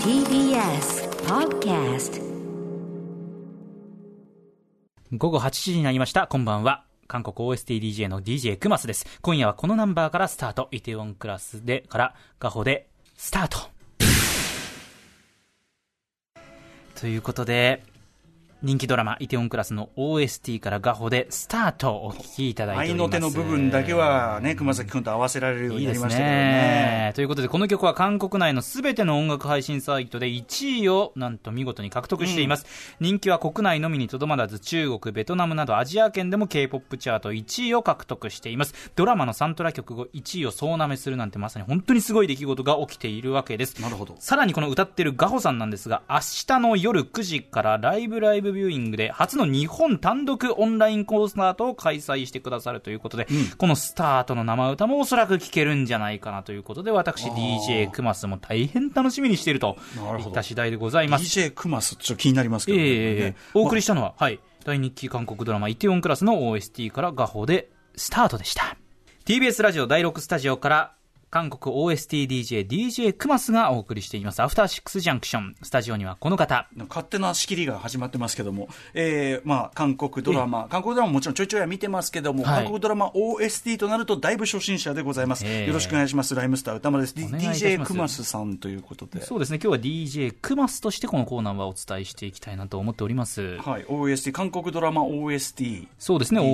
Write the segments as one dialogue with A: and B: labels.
A: TBS Podcast
B: 午後8時になりましたこんばんは韓国 OSTDJ の DJ クマスです今夜はこのナンバーからスタートイテウォンクラスでからガホでスタートということで人気ドラマ「イテウォンクラス」の OST からガホでスタートをお聞きいただいており
C: 愛
B: ます
C: の手の部分だけはね、熊崎君と合わせられるよう
B: い
C: に
B: いで
C: なり
B: す
C: ま
B: ね
C: したけどね。
B: ということで、この曲は韓国内のすべての音楽配信サイトで1位をなんと見事に獲得しています。人気は国内のみにとどまらず、中国、ベトナムなどアジア圏でも K-POP チャート1位を獲得しています。ドラマのサントラ曲を1位を総なめするなんてまさに本当にすごい出来事が起きているわけです。
C: なるほど
B: さらにこの歌ってるガホさんなんですが、明日の夜9時からライブライブビューイングで初の日本単独オンラインコンサートを開催してくださるということで、このスタートの生歌もおそらく聴けるんじゃないかなということで、私 DJ クマスも大変楽しみにしていると
C: なる
B: い
C: ほど
B: った次第でございます。
C: DJ 熊スちょっと気になりますけ
B: ええ
C: ど
B: え
C: ね。
B: えええお送りしたのは、はい、大人気韓国ドラマ、イテウォンクラスの OST から画報でスタートでした。TBS ラジオ第6スタジオから、韓国 OSTDJ、DJ クマスがお送りしています、アフターシックスジャンクション。スタジオにはこの方、
C: 勝手な仕切りが始まってますけども、えーまあ、韓国ドラマ、韓国ドラマもちろんちょいちょいは見てますけども、
B: はい
C: 韓国ドラマ OST となると、だいぶ初心者でございます、
B: ええ
C: よろしくお願いします、ライムスター歌丸です、
B: お願いいたします
C: DJ クマスさんということで、
B: そうですね、今日は DJ クマスとしてこのコーナーはお伝えしていきたいなと思っております。
C: はい、OST、韓国ドラマ OST、
B: そうですね、
C: DJ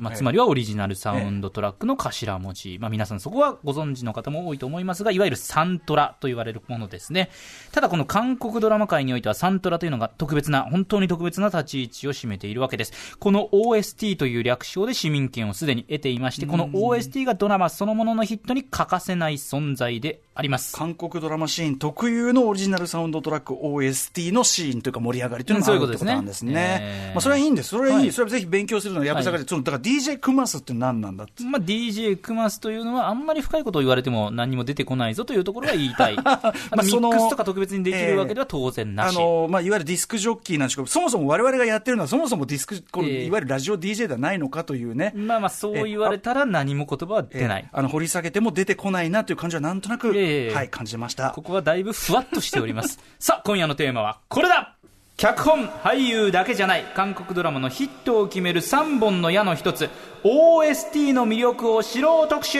B: OST、まあ、
C: ええ
B: つまりはオリジナルサウンドトラックの頭文字、まあ、皆さん、そこはご存知の方も多いと思いますが、いわゆるサントラと言われるものですね、ただこの韓国ドラマ界においては、サントラというのが特別な、本当に特別な立ち位置を占めているわけです、この OST という略称で市民権をすでに得ていまして、この OST がドラマそのもののヒットに欠かせない存在であります。
C: 韓国ドラマシーン特有のオリジナルサウンドトラック OST のシーンというか盛り上がりというのがあ
B: うん
C: る
B: そう
C: と
B: いう
C: いう
B: こ
C: ことと
B: ですね
C: なんですね。
B: えー
C: まあそれはいいんです。それはいい。
B: はい
C: それはぜひ勉強するのはやぶさかで、
B: は
C: そのだから DJ クマスって何なんだって。
B: まあ、DJ クマスというのは、あんまり深いことを言われても何にも出てこないぞというところが言い たい。まあ、ミ
C: その
B: ックスとか特別にできるわけでは当然な
C: あ
B: し。
C: のまあ、いわゆるディスクジョッキーなんですけど、そもそも我々がやってるのは、そもそもディスク、この
B: ええ
C: いわゆるラジオ DJ ではないのかというね、
B: まあまあ、そう言われたら何も言葉は出な
C: ええ
B: い。
C: あの掘り下げても出てこないなという感じは、なんとなく、
B: ええ
C: はい、感じました
B: こ。こはだいぶふわっとしております。 さあ、今夜のテーマはこれだ脚本、俳優だけじゃない、韓国ドラマのヒットを決める3本の矢の一つ、OST の魅力を知ろう特集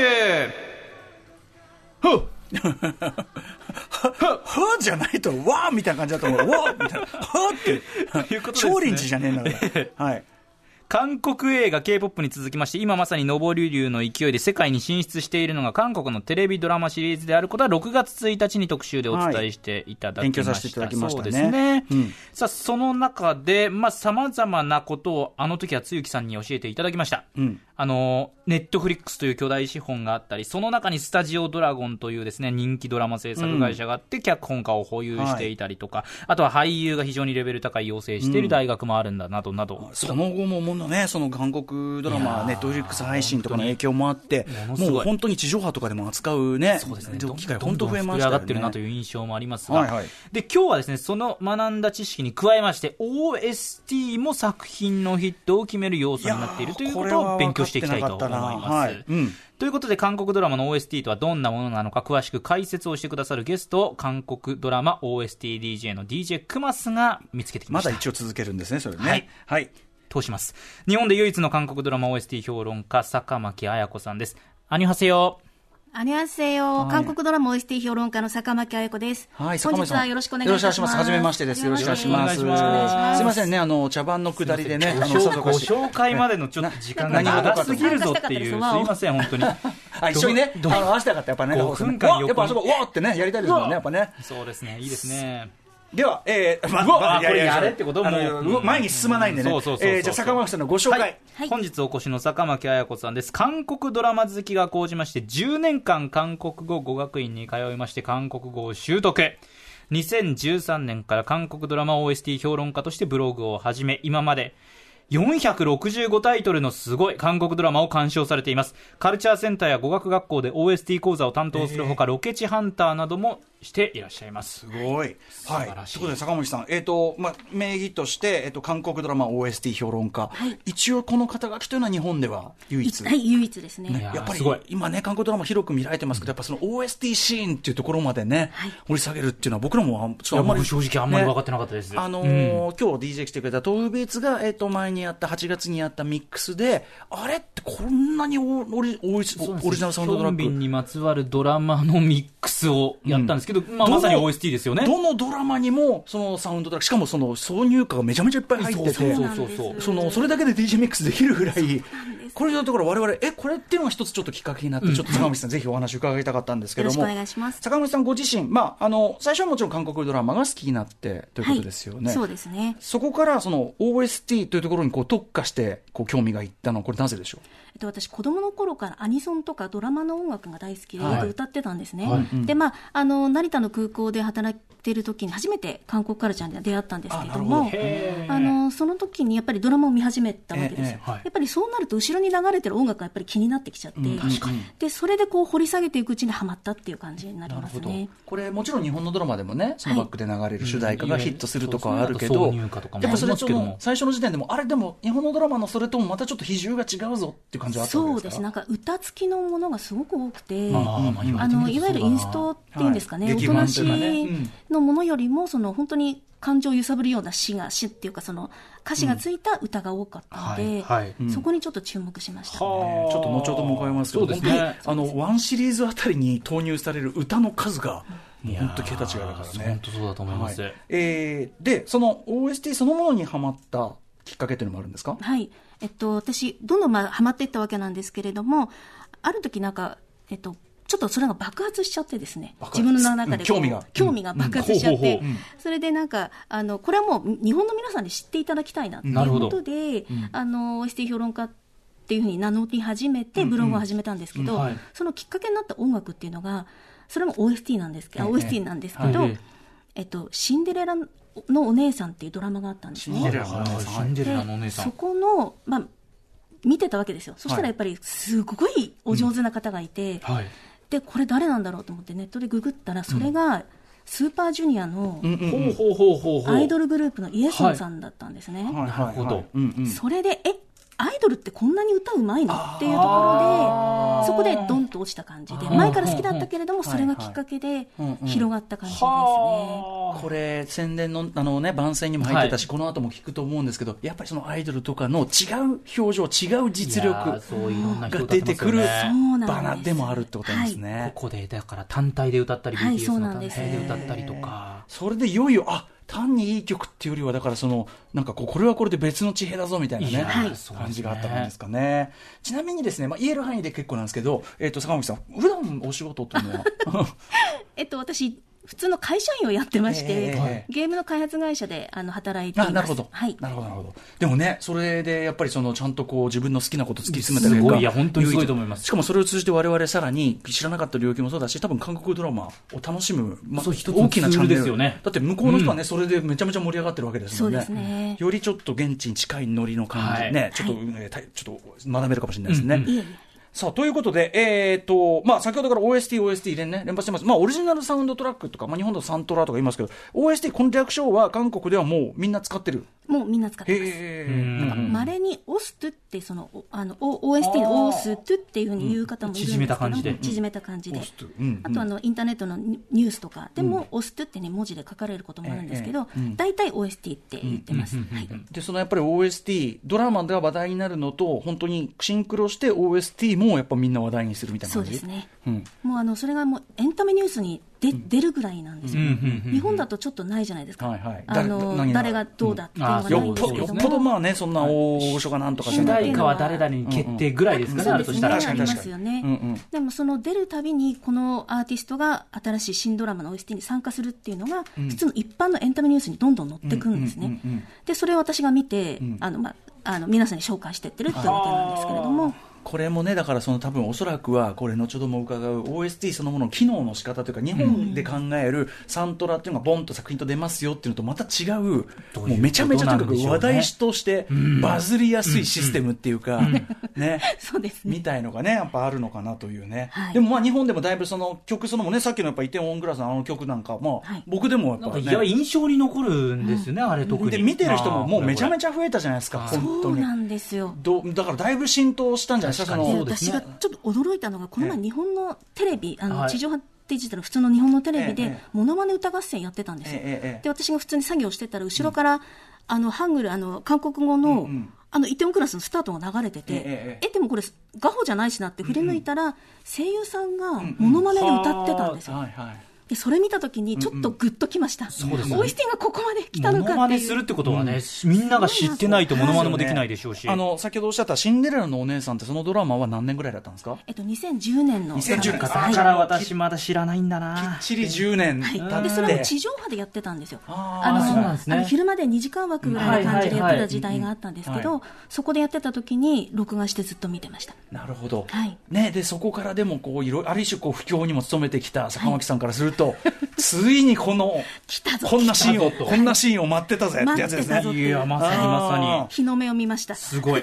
B: ふっ
C: はじゃないと、わーみたいな感じだと思う。わーみたいな。はーっ て。
B: いうことですね
C: 少林寺じゃねえんだから。はい。
B: 韓国映画 K-POP に続きまして、今まさに上り流の勢いで世界に進出しているのが韓国のテレビドラマシリーズであることは6月1日に特集でお伝えしていただきました。
C: はい勉強させていただきました
B: そ
C: ね
B: うですね。
C: うん
B: さあ、その中で、まあ、様々なことをあの時はつゆきさんに教えていただきました。
C: うん
B: あの、ネットフリックスという巨大資本があったり、その中にスタジオドラゴンというですね、人気ドラマ制作会社があって、脚本家を保有していたりとか、あとは俳優が非常にレベル高い養成している大学もあるんだなどなど、
C: その後もものね、その韓国ドラ
B: いやー
C: マ、ネットフリックス配信とかの影響もあって
B: 本当にもの、すごい
C: もう本当に地上波とかでも扱うね、
B: そうですね。
C: 機会、本当増えまし
B: 膨れ上
C: た
B: が
C: よ
B: ってるなと
C: ね。
B: いう印象もありますが、
C: はいはい
B: で今日はですねその学んだ知識に加えまして OST も作品のヒットを決める要素になっているということを勉強していきたいと思い
C: いやーこれは
B: ま
C: 分かってなかったなは
B: す
C: い。うん
B: ということで韓国ドラマの OST とはどんなものなのか詳しく解説をしてくださるゲストを韓国ドラマ OSTDJ の DJ クマスが見つけてきま
C: ま
B: した。
C: だ一応続けるんですね、それ
B: はい
C: ね。はい。
B: 通します。日本で唯一の韓国ドラマ OST 評論家坂巻彩子さんです。アニハセヨ。
D: アニュアンセヨ韓国ドラマ OST 評論家の坂巻彩子です。
C: はい、
D: 本
C: 坂本
D: 日
C: さん。
D: はよろしくお願いいたします。
C: はじめましてです。よろしくお願いします。
B: よろしくお願いします
C: すいませんね、あの、茶番の下りでね、あの、
B: ご
C: さぞかし
B: 紹介までのちょっと時間が長すぎるぞっていう、すいません、本当に。
C: あ、一緒にね、あ
B: どう
C: の、合わせたかった、やっぱね、
B: 5分間
C: わやっぱあそこ、わーってね、やりたいですもんね、やっぱね。
B: そうですね、いいですね。
C: では、えー、ま
B: うわ
C: ま
B: あこれやれってこと
C: あの
B: もう
C: うわ前に進まないんでね。
B: うんそうそうそうそう
C: えーじゃあ、坂巻さんのご紹介。
D: はい
B: 本日お越しの坂巻彩子さんです。韓国ドラマ好きが高じまして、10年間韓国語語学院に通いまして、韓国語を習得。2013年から韓国ドラマ OST 評論家としてブログを始め、今まで465タイトルのすごい韓国ドラマを鑑賞されています。カルチャーセンターや語学学校で OST 講座を担当するほか、ロケ地ハンターなどもしていらっしゃいます
C: す。ごい。はい。
B: 晴らしい
C: ということで、坂本さん、えっ、と、まあ、名義として、えっ、と、韓国ドラマ OST 評論家、一応この肩書きというのは日本では唯一。
D: はい、唯一ですね。
C: ね
B: いやー
C: やっぱり
B: すごい
C: 今ね、韓国ドラマ広く見られてますけど、やっぱその OST シーンっていうところまでね、掘り下げるっていうのは、僕らもあんちょっとあんまり
B: いや僕正直あんまり分かってなかったです
C: あのー今日 DJ 来てくれた東風ビーツが、えっと前にやった、8月にやったミックスで、あれってこんなにオリオリオリジナルサウンドト
B: ヒ
C: ラ
B: ョンビン
C: ック。
B: にまつわるドラマのミックスをやったんですけど、まあ、ま
C: どの
B: さに OST ですよね。
C: どのドラマにもそのサウンドトラック、しかもその挿入歌がめちゃめちゃいっぱい入ってて、
B: そう
D: なんです
B: そうそう
C: そのそれだけで DJ ミックスできるぐらい
D: で、す
C: これのところ、我々えこれっていうのが一つちょっときっかけになって、ちょっと坂口さん、ぜひお話伺いたかったんですけども、
D: よろしくお願いします
C: 坂口さんご自身、まああの、最初はもちろん韓国ドラマが好きになってということですよね。
D: はい、そうですね。
C: そこからその OST というところにこう特化してこう興味がいったのはこれなぜでしょ
D: えっと、私、子供の頃からアニソンとかドラマの音楽が大好きで、
C: はい
D: よく歌ってたんですね。
B: はい
D: で、まあ、あの、成田の空港で働いてる時に初めて韓国カルチャーに出会ったんですけれど
C: あな
D: も、
C: る
B: へー
D: あのその時にやっぱりドラマを見始めたわけですよ、
C: えええ
B: えはい
D: やっぱりそうなると後ろに流れてる音楽がやっぱり気になってきちゃって、
C: うん確かに
D: でそれでこう掘り下げていくうちにはまったっていう感じにな
C: う
D: りますね。
C: これもちろん日本のドラマでもねそのバックで流れる主題歌がヒットするとかはあるけ
B: そう
C: ど、
B: ですねあと挿入歌とかも
C: やっぱそ
B: あ
C: れ
B: ります
C: そ
B: けども
C: の最初の時点でもあれでも日本のドラマのそれともまたちょっと比重が違うぞっていう感じはあったわけ
D: そう
C: で
D: ですす
C: か
D: なんか歌付きのものがすごく多くて、
B: あーまあ言わ
D: あ
B: れてみる
D: の
B: と
D: いわゆるインストっていうんですかね、
C: はい
D: おとなし
C: 劇版というかね
D: いのものよりも、その本当に感情を揺さぶるような詩が、詩っていうか、その歌詞がついた歌が多かったので、
B: うんはいはい
C: うん
D: そこにちょっと注目しました。
B: はあ
C: ちょっと後ほども伺いますけど
B: そうです
C: 本当に
B: ね。
C: あのワンシリーズあたりに投入される歌の数がもう本当桁違いだから
B: 本
C: ね
B: 当そうだと思います。
C: はいえーでその OST そのものにはまったきっかけというのもあるんですか
D: はい。えっと、私、どんどんまあ、ハマっていったわけなんですけれども、ある時なんか、えっと、ちょっとそれが爆発しちゃってですね、
C: 爆発
D: 自分の中でこう、
C: うん興味が
D: 興味が爆発しちゃっ
B: うんほ
D: て
B: うほうほううん、
D: それでなんか、あの、これはもう日本の皆さんに知っていただきたいなっていう
B: なるほど
D: ことで、あの、ST 評論家っていうふうに名乗り始めて、ブログを始めたんですけ
B: うん
D: ど
B: はい、
D: そのきっかけになった音楽っていうのが、それも OST なんですけど、
C: ええ
D: OST なんですけ
B: は
D: ど
B: い、
D: えっと、シンデレラのお姉さんっていうドラマがあったんです
C: シ
D: ね
C: ン。デレラのお姉さん
B: はいシンデレラのお姉さ
D: でそ
B: ん。
D: この、まあ、見てたわけですよそした
C: は
D: ら
C: い
D: やっぱりすごいお上手な方がいて、
B: はい。
D: でこれ誰なんだろうと思ってネットでググったらそれがスーパージュニアの
C: うんうんうん
B: ほうほうほうほうほう。
D: アイドルグループのイエソンさんだったんですね、
C: はいはいはい
B: なるほど
C: うんうん
D: それでえアイドルってこんなに歌うまいのっていうところ
C: あー
D: でそこでドンと落ちた感じで
B: あー
D: 前から好きだったけれども
C: うんうん
D: それがきっかけで
C: うんうん
D: 広がった感じですね、
B: はあ
C: これ宣伝のあの、ね、番宣にも入ってたし、この後も聞くと思うんですけどやっぱりそのアイドルとかの違う表情違う実
B: いやー
C: 力
B: そういろんな人
C: が
B: 歌っ
C: 出
B: ま
C: て
B: す
C: く
B: よ
C: る
B: ね
D: うなんです
C: バナでもあるってことなんですね、
B: ここでだから単体で歌ったり、
D: はい
B: BTS
D: そう
B: の
D: なん
B: 単
D: です
B: 体で歌ったりとか。
C: それでいよいよあ単にいい曲っていうよりはだからそのなんかこうこれはこれで別の地平だぞみたいないね
B: やはい
C: 感じがあったもんですかねちなみにですね、まあ、言える範囲で結構なんですけど、えっと坂本さん普段お仕事というのは
D: えっと私普通の会社員をやってまして、
C: ええ
D: ゲームの開発会社であの働いてい
C: あ
D: ます
C: なるほど、
D: はい、
C: なるほどなるほどでもねそれでやっぱりそのちゃんとこう自分の好きなこと突き詰めた
B: す
C: 結果
B: ごいいや本当にすごいと思います
C: しかもそれを通じて我々さらに知らなかった領域もそうだし多分韓国ドラマを楽しむ、ま
B: そう一つのツールですよね
C: だって向こうの人はね、それでめちゃめちゃ盛り上がってるわけですもんね
D: そうですね
C: よりちょっと現地に近いノリの感じ、
B: はい
C: ねちょっと、ねたちょっと学べるかもしれないですね、
B: うんうん
D: いえいえ
C: さあ、ということで、えっ、と、まあ、先ほどから OST、OST 連ね、連発してます。まあ、オリジナルサウンドトラックとか、まあ、日本だとサントラとか言いますけど、OST、この略称は韓国ではもうみんな使ってる。
D: もうみんな使ってます。
C: へ
B: うん
C: え。
D: まれにオストゥってそのおあのお OST のオストゥっていうふうに言う方もいるんで
B: 縮
D: すけど、
B: めた感じで
D: 縮めた感じで
C: オストゥうん
D: あとあのインターネットのニニュースとかでも、オストゥってね文字で書かれることもあるんですけど、大体 OST って言ってます。はい。
C: で、そのやっぱり OST、ドラマでは話題になるのと、本当にシンクロして OST もやっぱみんな話題にするみたいな
D: そ
C: 感
D: う
C: じ
D: です。ね。
C: うん。
D: もうあのそれがもうエンタメニュースに出,、出るぐらいなんですよ、
B: うんうんうん
D: 日本だとちょっとないじゃないですか、
C: はいはい
D: あ
C: 誰
D: の
C: 何
D: 誰
C: が
D: がどうだっていう
B: あ
D: の
B: ーそ
D: がな
B: う
C: よ
D: いん
C: っ
D: です
C: ぽ
D: け
C: よ
D: れど
C: っ
D: も、
C: ぽどまあね、そんな大御所がなんとか
B: 主題
C: と
B: 歌は誰々に決定ぐらいですかね、
D: う
B: あ
D: んうん
B: るとしたら。
D: そうですねありますよね
C: うんうん
D: でもその出るたびにこのアーティストが新しい新ドラマの OST に参加するっていうのが普通の一般のエンタメニュースにどんどん載ってくるんですね、
C: うんうんうんうん
D: でそれを私が見て、あのまあ、あの皆さんに紹介してってるっていうわけなんですけれども
C: これもねだからその多分おそらくはこれ後ほども伺う OST そのものの機能の仕方というか日本で考えるサントラっていうのがボンと作品と出ますよっていうのとまた違う
B: どういうことなんでしょうね
C: もうめちゃめちゃとにかく話題としてバズりやすいシステムっていうか、ね
D: そうですね
C: みたいのがね、やっぱあるのかなというね、
D: はい
C: でもまあ日本でもだいぶその曲そのもね、さっきのやっぱイテウォングラスのあの曲なんか、まあ
D: はい
C: 僕でもやっ
B: なん
C: ぱ
B: か
C: り、
B: い
C: ね、
B: や印象に残るんですよね、あれ特に
C: で見てる人ももうめちゃめ
B: ち
C: ちゃ増えたじゃないですか、
B: はい
C: 本
D: そ
C: 当
D: う
C: に
D: なんですよ
C: ど。だからだいぶ浸透したんじゃないですか、
B: 確
C: そ
B: かにそう
D: で
C: の
B: です
D: 私
B: ね
D: がちょっと驚いたのがこの前
C: ええ
D: 日本のテレビ
B: は
D: あの
B: い
D: 地上波デジタル普通の日本のテレビ
C: ええ
D: で
C: え
D: モノマネ歌合戦やってたんですよ
C: ええええ
D: で私が普通に作業してたら後ろから、あのハングルあの韓国語の、
C: うんうん
D: あのイテウォンクラスのスタートが流れてて、
C: えええ
D: え
C: え
D: でもこれ、ガホじゃないしなって振り抜いたら、声優さんがモノマネで歌ってたんですよ、
C: はいはい。
D: でそれ見たときに、ちょっとグッときました、
B: うですね
D: オイスティンがここまで来た
B: モ
D: の
B: ノ
D: か
B: マ
D: って
B: ネ
D: い
B: す
D: う、
B: るってことはね、みんなが知ってないとモノマネもできないでしょうし、
C: あの先ほどおっしゃったシンデレラのお姉さんってそのドラマは何年ぐらいだったんですか
D: えっと、2010年の
C: 2010年
B: だ
C: か
D: はい
B: から私まだ知らないんだ
C: きっ
B: な。
C: ちり10年経って、
D: はい、でそれも地上波でやってたんですよ、
C: あー
D: あの
C: そうなん
B: ですね
D: あの昼間で2時間枠ぐらいの感じでやってた時代があったんですけど、
C: はいはいは
D: そこでやってた時に、録画してずっと見てました。
C: なるほど、
D: はい
C: ね、でそこからでもこういろある種こう不況にも務めてきた坂巻さんからすると、 ついにこの
D: 来たぞ
C: こんなシーンを
B: 来たぞと
C: こんなシーンを待ってたぜってやつですね
D: 待ってた。ぞ
B: いや、まさに
C: あー
B: まさに。
D: 日の目を見ました。
B: すごい。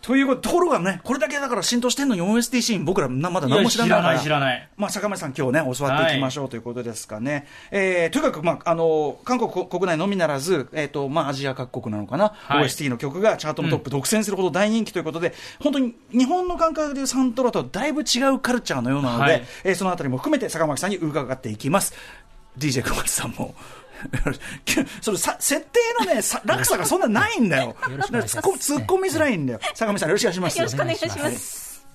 C: ということところがねこれだけだから浸透してんのに OST シーン僕らなまだ
B: い
C: 何
B: や
C: も知らないから
B: 知らない知らない
C: まあ、坂巻さん今日ね教わっていきましょうということですかね、えーとにかく、まあ、あの韓国国国内のみならず、えーとまあ、アジア各国なのかな、
B: はい
C: OST の曲がチャートのトップ独占するほど大人気ということで、本当に日本の感覚でいうサントラとはだいぶ違うカルチャーのようなので、
B: はい
C: えーそのあたりも含めて坂巻さんに伺っていきます DJ 小松さんも それさ設定のねさ落差がそんなないんだよ
B: よろしくお願いします
C: こ突っ込みづらいんだよ坂上さんよろしくお願いします
D: よろしくお願いし
B: お
D: ま。
B: 願いします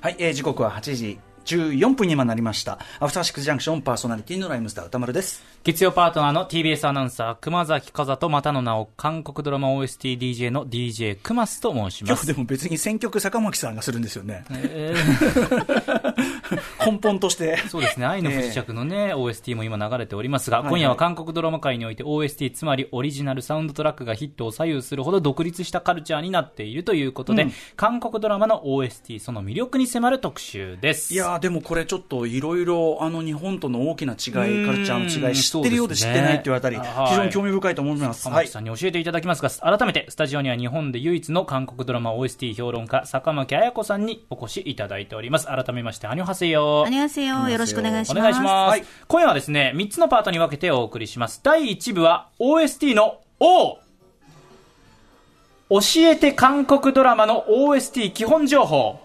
C: はい、えー時刻は8時14分に今なりましたアフターシックスジャンクションパーソナリティのライムスター歌丸です
B: 月曜パートナーの TBS アナウンサー、熊崎風とまたの名を韓国ドラマ OSTDJ の DJ 熊須と申しま
C: 今日
B: す。
C: でも別に選曲坂巻さんがするんですよね
B: えー
C: 根本として
B: そうです ね、愛の不時着のね、OST も今流れておりますが、
C: はい
B: 今夜は韓国ドラマ界において OST、つまりオリジナルサウンドトラックがヒットを左右するほど独立したカルチャーになっているということで、
C: うん
B: 韓国ドラマの OST、その魅力に迫る特集です。
C: いやーでもこれちょっといろいろあの日本との大きな違
B: うーん
C: いカルチャーの違い知
B: そ
C: っ
B: う
C: て
B: ですね
C: るようで知ってないっていうあたり
B: はい
C: 非常に興味深いと思います、
B: 坂
C: はい
B: 巻、さんに教えていただきますが、改めてスタジオには日本で唯一の韓国ドラマ OST 評論家、坂巻彩子さんにお越しいただいております。改めまして、アニョハセヨ
D: こんにちは。よろしくお願いし
B: お
D: ます。
B: 願いします。
C: はい
B: 今夜はですね、3つのパートに分けてお送りします。第1部は OST の O! 教えて韓国ドラマの OST 基本情報。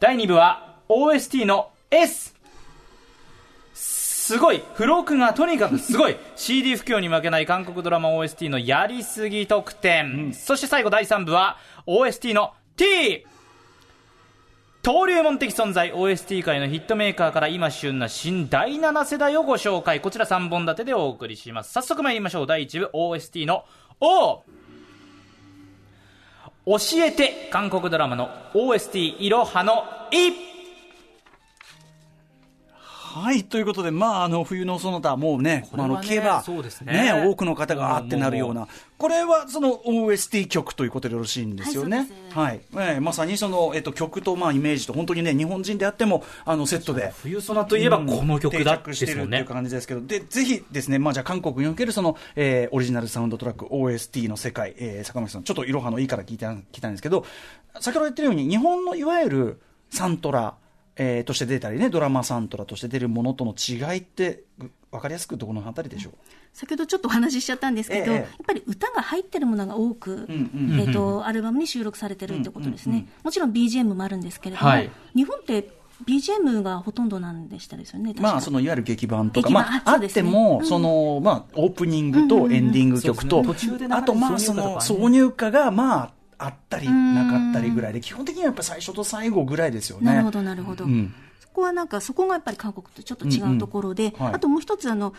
B: 第2部は OST の S! すごい付録がとにかくす ごい CD 不況に負けない韓国ドラマ OST のやりすぎ特典、そして最後第3部は OST の T! 登竜門的存在 OST 界のヒットメーカーから今旬な新第7世代をご紹介こちら3本立てでお送りします早速参りましょう第1部 OST の O 教えて韓国ドラマの OST いろはのい
C: はい、ということで、まあ、あの冬のその他、もうね、
B: れはね
C: あの競馬
B: そうです
C: ね
B: ね
C: 多くの方があーってなるような、これはその OST 曲ということでよろしいんですよね。はい、ええまさにその、えっと、曲と、まあ、イメージと、本当にね、日本人であっても、あのセットで。
B: 冬ソナといえばこの曲だ
C: 定着
B: で
C: して
B: す
C: る
B: も
C: っ
B: ん
C: ていう
B: ね
C: 感じですけど、でぜひですね、まあ、じゃあ韓国におけるその、えーオリジナルサウンドトラック OST の世界、えー坂巻さん、ちょっといろはのいいから聞いた聞いたんですけど、先ほど言ってるように、日本のいわゆるサントラ、えーとして出たりね、ドラマサントラとして出るものとの違いって、分かりやすくどこのあたりでしょう、
D: 先ほどちょっとお話ししちゃったんですけど、
C: ええ
D: やっぱり歌が入ってるものが多く、
C: ん
D: えっ、と、アルバムに収録されてるってことですね。
C: うんうん
D: もちろん BGM もあるんですけれども、
B: はい
D: 日本って BGM がほとんどなんでしたですよね。確か
C: まあ、そのいわゆる劇版とか、
D: 劇
C: ま
D: 版
C: あ、
D: あ
C: あ
D: そう
C: っ
D: です
C: て
D: ね
C: も、
D: うん
C: その、まあ、オープニングとエンディング曲
B: う
C: と
B: んうんうんそうですね途中で流れ、る
C: あと、まあ、そ
B: 挿入歌とかね
C: の、挿入歌が、まあ、あったり、
D: ん
C: なかったりぐらいで、基本的にはやっぱ最初と最後ぐらいですよね。
D: なるほど、なるほど。
C: うん
D: そこはなんか、そこがやっぱり韓国とちょっと違うところで、
C: うんはい
D: あともう一つあの、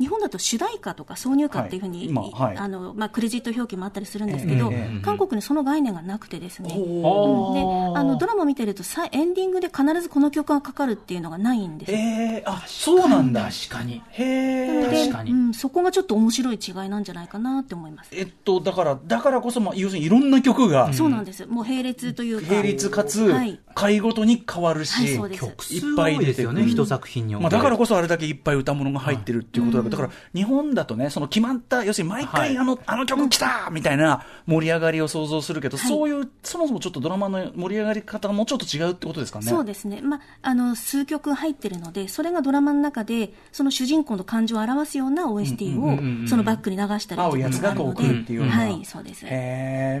D: 日本だと主題歌とか挿入歌っていうふう
C: はい
D: に、
C: 今はい
D: あのまあ、クレジット表記もあったりするんですけど、
C: えええ
B: え
D: 韓国にその概念がなくてですね、
B: あ
C: おー
D: で
B: ー
D: あのドラマ見てるとさエンディングで必ずこの曲がかかるっていうのがないんですよ
C: えー、あそうなんだ
B: 確かに
C: へ
D: なの
C: え
D: で
B: 確かに
D: うん、そこがちょっと面白い違いなんじゃないかなって思います、
C: えっとだからだからこそ、まあ、要するにいろんな曲が
D: そうなんですもう並列というか
C: 並立かつ
D: はい
C: 回ごとに変わる
D: はい
C: し、
D: そうです
B: 曲数多いですよね、
C: いっぱい出てくる
B: 一作品によって
C: まあ、だからこそあれだけいっぱい歌物が入ってるっていうことだから、だから日本だとね、その決まった、要するに毎
B: はい
C: 回あの,、あの曲来たみたいな盛り上がりを想像するけど、
D: はい
C: そういう、そもそもちょっとドラマの盛り上がり方もちょっと違うってことですかね。
D: そうですね、まあ、あの数曲入ってるので、それがドラマの中で、その主人公の感情を表すような OST
B: うんうんうんうん
D: をそのバックに流したり
C: 青いやつがこう来るっていうような
D: はい、そうです。
C: へ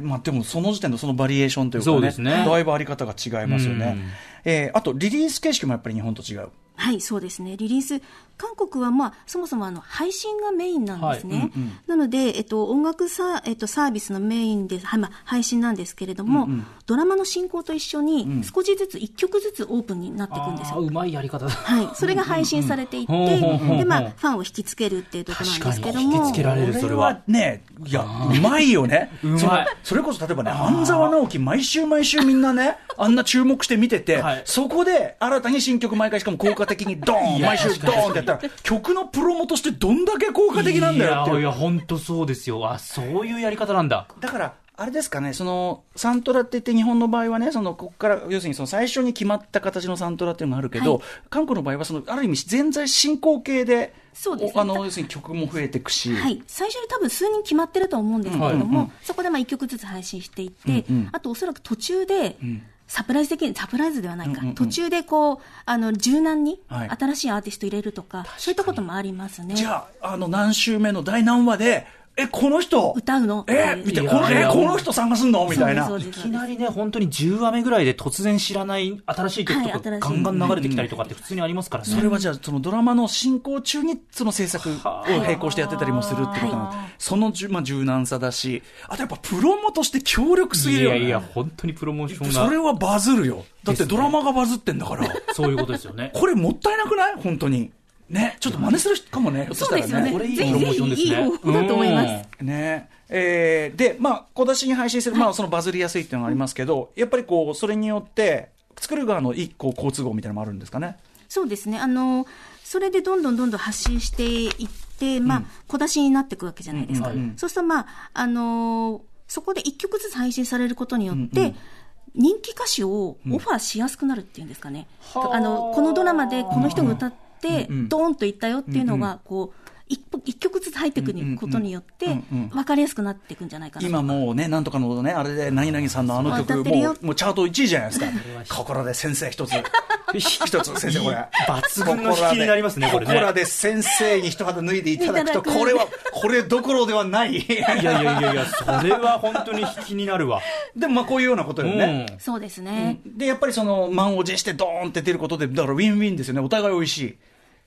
C: え、まあでもその時点のそのバリエーションというかね、
B: そうですね
C: だいぶあり方が違いますよね
B: うん。
C: えーあとリリース形式もやっぱり日本と違う。
D: はい、そうですね。リリース、韓国はまあ、そもそもあの、配信がメインなんですね。
C: はいうんうん
D: なので、えっと、音楽サー、えっと、サービスのメインで、はい、まあ、配信なんですけれども、ドラマの進行と一緒に、少しずつ、一曲ずつオープンになっていくんです
B: あ
D: よ。
B: ーうまいやり方だ
D: はい、それが配信されていって、
B: うんうんうんほうほうほう
D: で、まあ、ファンを引きつけるっていうところなんですけど
B: 確かに
D: も。
B: 引きつけられるそれは
C: こね、いや、うまいよね。
B: うまい
C: それそれこそ例えばね、半沢直樹、毎週毎週みんなね、あんな注目して見てて、
B: はい
C: そこで新たに新曲毎回しかも効果的にドー
B: い
C: ン、
B: や
C: 毎週ドーンってやったら、曲のプロモとしてどんだけ効果的なんだよっていう
B: いやいや本当そうですよあそういうやり方なんだ
C: だから、あれですかね、そのサントラって言って、日本の場合はね、そのここから、要するにその最初に決まった形のサントラっていうのがあるけど、
D: はい
C: 韓国の場合はその、ある意味、全在進行形で、
D: そうですね
C: おあの要するに曲も増えていくし、
D: はい、最初に多分数人決まってると思うんですけれども、そこでまあ1曲ずつ配信していって、
C: うんうん
D: あとおそらく途中で、サプライズ的に、サプライズではないか、
C: うんうんうん
D: 途中でこう、あの、柔軟に
C: はい
D: 新しいアーティスト入れるとか、そういったこともありますね。
C: じゃあ、あの何週目の第何話で、え、この人、
D: 歌うの
C: えみたいなこの
B: いやい
C: え
B: や
C: この人参加すんのみたいな
D: そうで
B: い
D: す
B: きなりね本当に10話目ぐらいで突然知らない新しい曲
D: は
B: と
D: い
B: か
D: 新しい
B: ガンガン流れてきたりとかって普通にありますからね、
C: それはじゃあ、そのドラマの進行中に、その制作を並行してやってたりもするってことなんで、そのじゅ、まあ、柔軟さだし、あとやっぱプロモとして強力すぎ
B: い
C: るよ、
B: や
C: ね。
B: いや本当にプロモーション
C: それ
B: が
C: はバズるよ。だっ
B: です
C: て
B: ね
C: ドラマがバズってんだから。
B: そういうことですよ ね
C: これもったいなくない本当に。ね。ちょっと真似する人かもね。
D: そうですよね。
C: ひょっと
B: れいい
D: ぜひ
B: プロ
D: ぜ
B: モーションで
D: ひ
B: す
D: いい
B: ね
D: 方法だと思います。
B: うん
C: したらねねえーで、まあ、小出しに配信する、まあ、そのバズりやすいっていうのがありますけど、やっぱりこう、それによって、作る側の一個好都合みたいなのもあるんですかね。
D: そうですね。あの、それでどんどんどんどん発信していって、まあ、小出しになっていくわけじゃないですか。
B: うんうん
D: そうすると、まあ、あのーそこで一曲ずつ配信されることによって、人気歌手をオファーしやすくなるっていうんですかね。
B: うん
D: あ
B: は
D: の、
B: あ
D: このドラマでこの人が歌って、
C: うんうん
D: ドーンといったよっていうのが、こう、一歩一曲ずつ入っていくにことによって
C: うんうんうん、
D: 分かりやすくなっていくんじゃないかなと。
C: 今もうね、なんとかのね、あれで、何々さんのあの曲、
D: 歌ってる
C: も
D: よ
C: う、もうチャート1位じゃないですか。心で先生一 つ。一つ、先生これ。
B: 抜群の引きになりますねこれね
C: ここらで先生に一肌脱 いでいただくと、
D: いただく
C: これは、これどころではない。
B: いやいやいやいやそれは本当に引きになるわ、
C: でもまあこういうようなことよね。
B: うん
D: そうですね。
C: で、やっぱりその満を持してドーンって出ることで、だからウィンウィンですよね。お互い美味しい。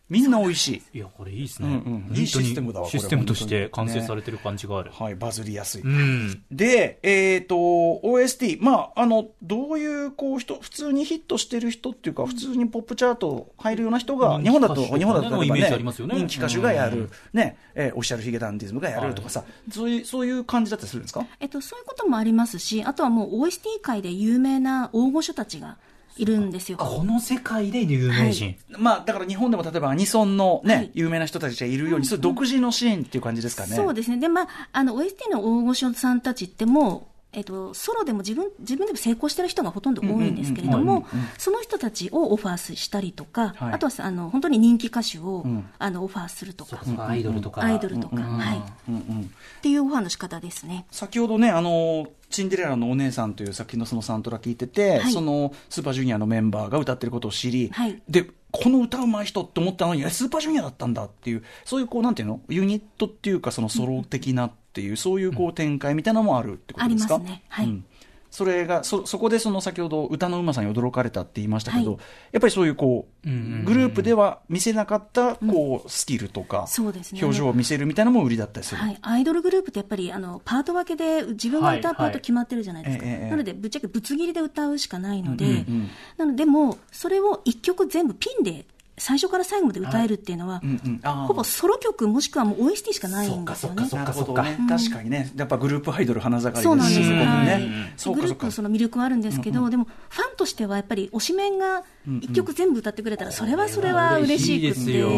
C: みんな美味しい。
B: いやこれいいですね、
C: うんうん
B: 本当に
C: いいシステムだわこれ
B: システムとして完成されてる感じがある、
C: はい、バズりやすい。
B: うん
C: で、えっ、と、OST、まあ、あの、どういう、こう、人、普通にヒットしてる人っていうか、普通にポップチャート入るような人が、
B: うん
C: 日本だと、
B: 歌手とかね
C: 日本だと例えば
B: のイメージありますよね
C: 人気歌手がや
B: う
C: る
B: ん、
C: ね、えーオフィシャルヒゲダンディズムがやるとかさ、そういう、そういう感じだったりするんですか
D: えっと、そういうこともありますし、あとはもう OST 界で有名な大御所たちがいるんですよ。
B: この世界で有名人、
C: まあ、だから日本でも例えばアニソンのね、
D: はい
C: 有名な人たちがいるように、そういう独自のシーンっていう感じですかね。
D: そうですね。で、まあ、あの、OST の大御所さんたちってもう、えっと、ソロでも自分、自分でも成功してる人がほとんど多いんですけれど
B: うんうんうん
D: も、その人たちをオファーしたりとか、
C: はい
D: あとはさあの、本当に人気歌手を、
C: ん
D: あの、オファーすると
B: そ
D: か
B: う、そうアイドルとか、
D: アイドルとか、
B: うんうん
D: はい。っていうオファーの仕方ですね。
C: 先ほどね、あの、シンデレラのお姉さんという作品のそのサントラ聞いてて、
D: はい
C: そのスーパージュニアのメンバーが歌ってることを知り、
D: はい
C: で、この歌うまい人って思ったのに、えスーパージュニアだったんだっていう、そういうこう、なんていうのユニットっていうか、そのソロ的なっていう、そういうこう展開みたいなのもあるってことですか
D: ありますねはい
C: うんそれがそそこでその先ほど歌のうまさに驚かれたって言いましたけど、
D: はい
C: やっぱりそういうこう、
B: うんうんうん
C: グループでは見せなかったこうスキルとか、
D: そうですね
C: 表情を見せるみたいなのも売りだったりする、
D: はい、アイドルグループってやっぱりあのパート分けで自分が歌うパート決まってるじゃないですか、
C: はいはいええええ
D: なのでぶっちゃけぶつ切りで歌うしかないので、
B: うんうん
C: うん
D: なのででもそれを1曲全部ピンで最初から最後まで歌えるっていうのは、
C: うんうんあー
D: ほぼソロ曲もしくはもう OST しかないんで
B: そ
D: すよ
B: っ
D: ね
B: か。そっかそっか
C: なるほどね確かにね、やっぱグループアイドル花盛りですし
D: そうなんです、
C: ここも
D: はい
C: ね、そう
D: グ
C: か
D: ル
C: そう
D: ープ
C: か
D: のその魅力はあるんですけど、でもファンとしてはやっぱり推しメンが一曲全部歌ってくれたら、それはそれは嬉しく
B: です
D: て、
B: よ。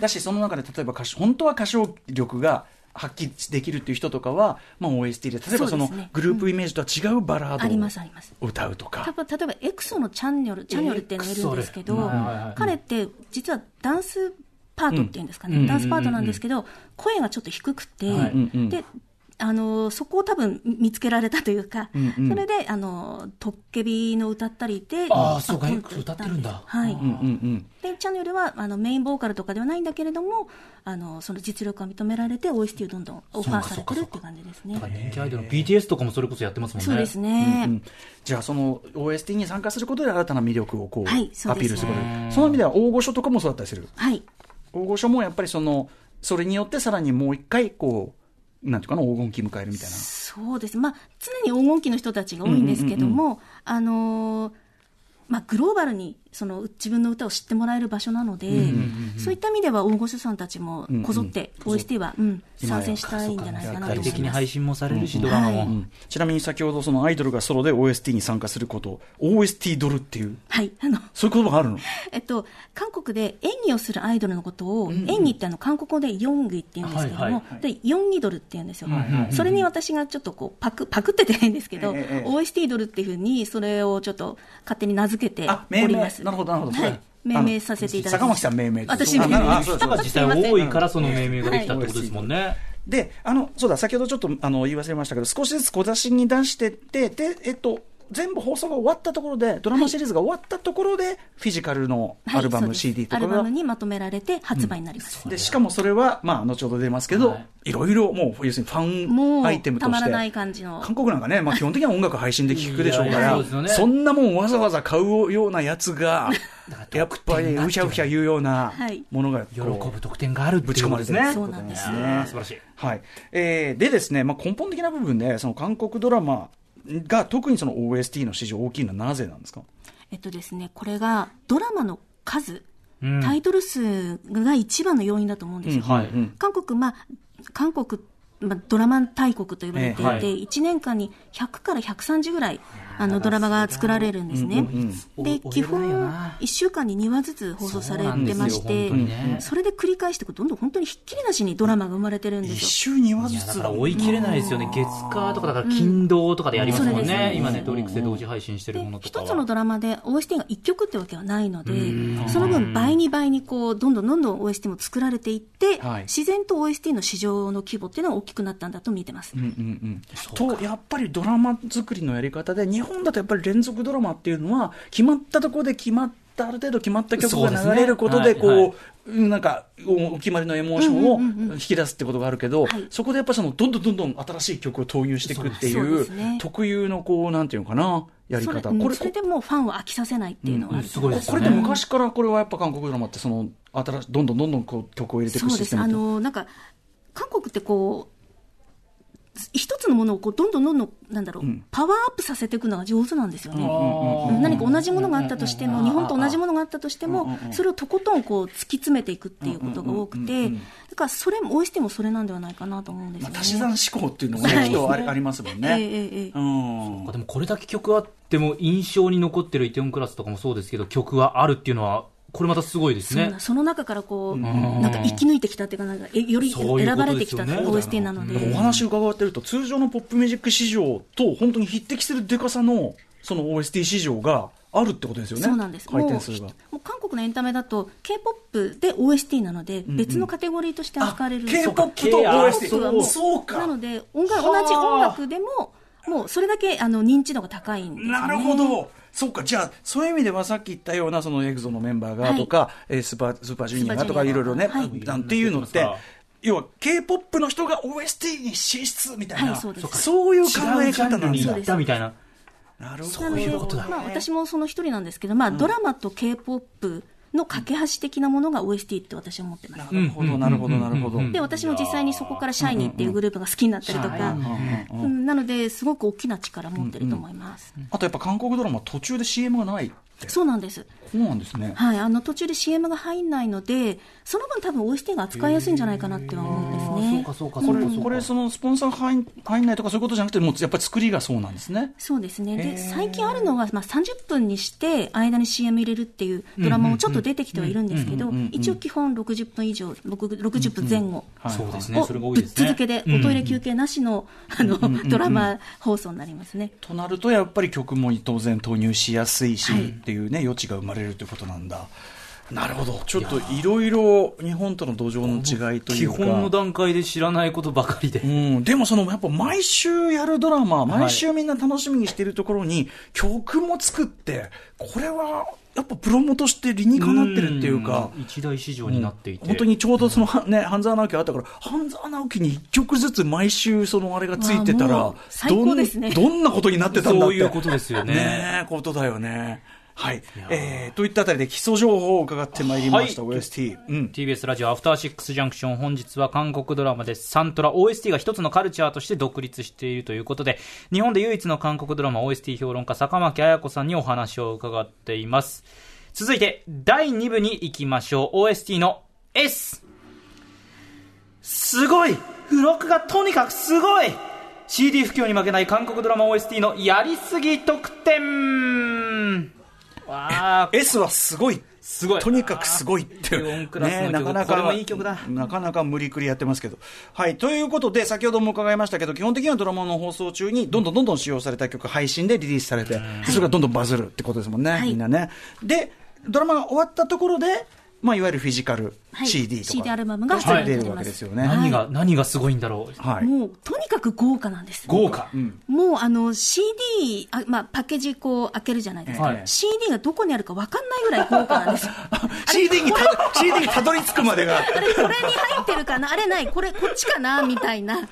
C: だし、その中で例えば歌手、本当は歌唱力が発揮できるっていう人とかは、まあ、OST で、例えばその
D: そうですね
C: グループイメージとは違うバラ
D: ありますあ
C: ー
D: ります。
C: ドを歌うとか
D: 多。分例えばエクソのチャンネルチャンネルっていうのがいるんですけど、
B: エクソルはいはいはい
D: 彼って実はダンスパートっていうんですかね、
C: うん
D: ダンスパートなんですけど、声がちょっと低くて、
B: はい
C: うんうん
D: であのそこを多分見つけられたというか、
C: んうん
D: それであのトッケビの歌ったりで、
B: ああ、そうか、
D: こ
B: よく歌ってるんだ。
D: はい、
C: うんうんうん
D: でチャンネルはあのメインボーカルとかではないんだけれどもあのその実力が認められて OST をどんどんオファーされてるっていう感じですね
B: だから人気アイドルの BTS とかもそれこそやってますもんね。
D: そうです
C: う
D: ね、
C: ん、じゃあその OST に参加することで新たな魅力をこう、
D: はいそうですね
C: アピールすることでその意味では大御所とかもそうだったりする
D: はい
C: 大御所もやっぱりそのそれによってさらにもう一回こうなんていうかな黄金期迎えるみたいな
D: そうです、まあ、常に黄金期の人たちが多いんですけども、あのーまあ、グローバルにその自分の歌を知ってもらえる場所なので、そういった意味では大御所さんたちもこぞって、OST は、うん、参戦したいんじゃないかなと
B: 具
D: 思
B: 体的に
D: います。
B: 配信もされるし、ドラマ
C: う
B: も。
C: んちなみに先ほどそのアイドルがソロで OST に参加すること OST ドルっていう
D: はい、あの
C: そういう言葉があるの
D: えっと、韓国で演技をするアイドルのことを、演技ってあの韓国語でヨンギって言うんですけども、
B: はいはいは
D: でヨンギドルって言うんですよ、
C: はいはい
D: それに私がちょっとこうパク パクっててないんですけど、
C: ええええ
D: OST ドルっていうふうにそれをちょっと勝手に名付けて
C: あ
D: お
C: 命
D: り
C: 名
D: ます
C: なるほどなるほど
D: は
C: はい
D: い、命名させていただき
C: 坂
D: ま
C: 巻
D: す
C: さん命名ってこと
D: 私命名
C: あなる
B: あ
C: ほど
B: 人が実際は多いから、その命名ができたってことですもんね。
C: であのそうだ先ほどちょっとあの言い忘れましたけど少しずつ小出しに出してってで、えっと、全部放送が終わったところでドラマシリーズが終わったところで、フィジカルの
D: はい
C: アルバム、
D: そうです
C: CD と
D: ア
C: か
D: ルバ
C: が
D: ムにまとめられて発売になります、
C: でしかもそれは、まあ、後ほど出ますけど、、
B: はい
C: ろいろもう要するにファ
D: も
C: ン
D: う
C: アイテムと
D: た
C: して
D: まらない感じの
C: 韓国なんかね、まあ、基本的には音楽配信で聴くでしょうか
B: いやいや
C: ら
B: そうですよね
C: そんなもんわざわざ買うようなや つがやっぱりうひゃうひゃ言うような
D: はい
C: ものがこう
B: 喜ぶ得点があるっていう
C: ぶち込まれて
B: こと
C: る
B: です
D: そ
B: ね
D: うなんです
B: いやー素晴らしい。
C: はいえーでですね、まあ、根本的な部分でその韓国ドラマが特にその OST の市場大きいのはなぜなんですか
D: えっとですね、これがドラマの数、
B: うん
D: タイトル数が一番の要因だと思うんですよ。
B: はい
C: うん
D: 韓国、まあ、韓国、まあ、ドラマ大国と言われていて、
B: ええはい
D: 1年間に100から130ぐらい、あの、ドラマが作られるんですね。
B: うん
D: で
B: お、
D: 基
B: お偉いよ
D: 本
B: な、
D: 1週間に2話ずつ放送されてまし
B: そうな
D: て、そ,、
B: んですよ本当にね
D: れで繰り返していくと、どんどん本当にひっきりなしにドラマが生まれてるんです
C: 一
D: よ。
C: 週に話
B: い
C: ず
B: や
C: つ
B: だから追い切れないですよね、月火とか、だから金土とかでやりますも
D: うんんそうです
B: ね、
D: ね
B: 今ね、トリックスで同時配信してるもの
D: で
B: とか
D: 一
B: は。
D: つのドラマで OST が1曲ってわけはないので、その分、倍に倍にこうどんどんどんどん OST も作られていって、
C: はい
D: 自然と OST の市場の規模っていうのは大きくなったんだと見てます。
C: うんうんうん、とやっぱりドラマ作りのやり方で日本だとやっぱり連続ドラマっていうのは決まったところで決まったある程度決まった曲
B: そうですね
C: が流れることでこう
B: はいはい
C: うんなんかおお決まりのエモーションを引き出すってことがあるけど、
D: はい
C: そこでやっぱそのどんどんどんどん新しい曲を投入していくってい
D: そう
C: う
D: ですね
C: 特有のこうなんていうのかなやり
D: それ
C: 方
D: うん
C: これ
D: それでもうファンを飽きさせないっていうのはあると思
B: うんうんすごい
D: ま
B: です
C: これで昔からこれはやっぱ韓国ドラマってその新しどんどんどんどんこう曲を入れてい
D: そ
C: く
D: う
C: シ
D: で
C: ステ
D: す。
C: ム
D: あ
C: って
D: の、なんか、韓国ってこう、一つのものをこうどんどんどんどん、なんだろう、パワーアップさせていくのが上手なんですよね。うん何か同じものがあったとしても、日本と同じものがあったとしても、それをとことんこう突き詰めていくっていうことが多くて、だからそれも、応援してもそれなんではないかなと思うんです
C: ま
D: よ
C: あ
D: ね。
C: 足し算思考っていうのもね、きっとありありますもんね。
D: ええええええ
C: うん
B: でもこれだけ曲あっても印象に残ってるイテウォンクラスとかもそうですけど曲はあるっていうのはこれまたすごいです
D: そう
B: ね
D: なその中からこう、なんか生き抜いてきたっていうか、なんか、えより
B: そういうことですよね
D: 選ばれてきた OST なので。
C: お話伺ってると通常のポップミュージック市場と本当に匹敵するデカさのその OST 市場があるってことですよね
D: そうなんです。
C: 回
D: も
C: 転
D: う
C: 数
D: ひ
C: が
D: もう韓国のエンタメだと K-POP で OST なので、別のカテゴリーとして扱われるんですよ。
B: と OST
D: はもう
C: そう
D: なので音楽
B: はあ
D: 同じ音楽でももうそれだけあの認知度が高いんですよね。
C: なるほどそうかじゃあそういう意味ではさっき言ったようなそのエグゾのメンバーが
D: はい
C: とか、えースーパースーパージュニアがとか
D: スーパージュニア
C: いろいろね、
D: はい
C: なんていうのって
B: はい
C: 要は k p o p の人が OST に進出みたいな、
D: はいそうです
C: そういう考
B: 違
C: え
B: うジャ
C: 方
B: ンル
C: なん
B: に
C: だ
B: 行ったみたいな
C: なるほど
D: な
B: そ
D: の
B: うい
D: で
B: うことだね
D: まあ私もその一人なんですけど、まあドラマと K-POP の架け橋的なものが OST って私は思ってます。
C: なるほどなるほどなるほど、
D: で私も実際にそこからシャイニーっていうグループが好きになったりとか、うんなのですごく大きな力持ってると思います。
C: あとやっぱ韓国ドラマ途中で CM がないって。
D: そうなんです。
C: そうなんですね。
D: はい、あの途中で CM が入んないので、その分多分 OST が扱いやすいんじゃないかなっては思
B: あ
D: うんです
B: ー
D: ね
B: そうか。そうかそう
C: こ
B: か
C: れ
B: そうか
C: これそのスポンサー入ん入んないとかそういうことじゃなくてもうやっぱり作りがそうなんですね。
D: そうですね。
C: へー
D: で、最近あるのが、まあ、30分にして、間に CM 入れるっていうドラマもちょっと出てきてはいるんですけ
C: う
D: ど
C: んうんうんうん、
D: 一応基本60分以上、60 60分前後
C: はい
B: そうですね
D: を
B: それが多い
D: ぶ
B: で
D: っ
B: すね
D: 続けで、おトイレ休憩なしの、あの、ドラマ放送になりますね。
C: となるとやっぱり曲も当然投入しやすいし、
D: はい
C: っていうね余地が生まれるということなんだ。なるほど。ちょっといろいろ日本との土壌の違いとい
B: 基
C: うか。
B: 本の段階で知らないことばかりで、
C: うん、でもそのやっぱ毎週やるドラマ、毎週みんな楽しみにしているところに曲も作って、これはやっぱプロモとして理にかなってるっていうか、
B: ん一大市場になっていて、
C: 本当にちょうどその、はね、半沢直樹あったから、半沢直樹に1曲ずつ毎週そのあれがついてた
D: わあ
C: ら
D: もう、最高ですね
C: どんどんなことになってたんだって。
B: そういうことですよね
C: ねえことだよね。はい。えー、といったあたりで基礎情報を伺ってまいりました、
B: はい
C: OST。うん。
B: TBS ラジオアフターシックスジャンクション本日は韓国ドラマでサントラ OST が一つのカルチャーとして独立しているということで日本で唯一の韓国ドラマ OST 評論家坂巻彩子さんにお話を伺っています続いて第2部に行きましょう OST の S すごい付録がとにかくすごい CD 不況に負けない韓国ドラマ OST のやりすぎ特典わあ
C: S はすごい。
B: すごい
C: とにかくすごいっていう
B: あー低音クラスの曲
C: なかなか
B: これもいい曲だ
C: なかなか無理くりやってますけど。はい。ということで、先ほども伺いましたけど、基本的にはドラマの放送中に、どんどんどんどん使用された曲、配信でリリースされて、それがどんどんバズるってことですもんね、
D: はい
C: みんなね。で、ドラマが終わったところで、まあ、いわゆるフィジカル、
D: はい
C: CD と
D: CD
C: か
D: アルバムが
C: 出
D: 発売
C: て
D: に
C: い
D: なります
C: るわけですよね。はい。
B: 何が、何がすごいんだろう
D: もう、とにかく豪華なんです。
B: 豪華、
D: もうあの CD、あまあ、パッケージこう開けるじゃないですか、
B: はい
D: CD がどこにあるか分かんないぐらい豪 華なんですよ。
C: CD にた CD にたどり着くまでが。
D: あれ、これに入ってるかな、あれない、これ、こっちかな、みたいな感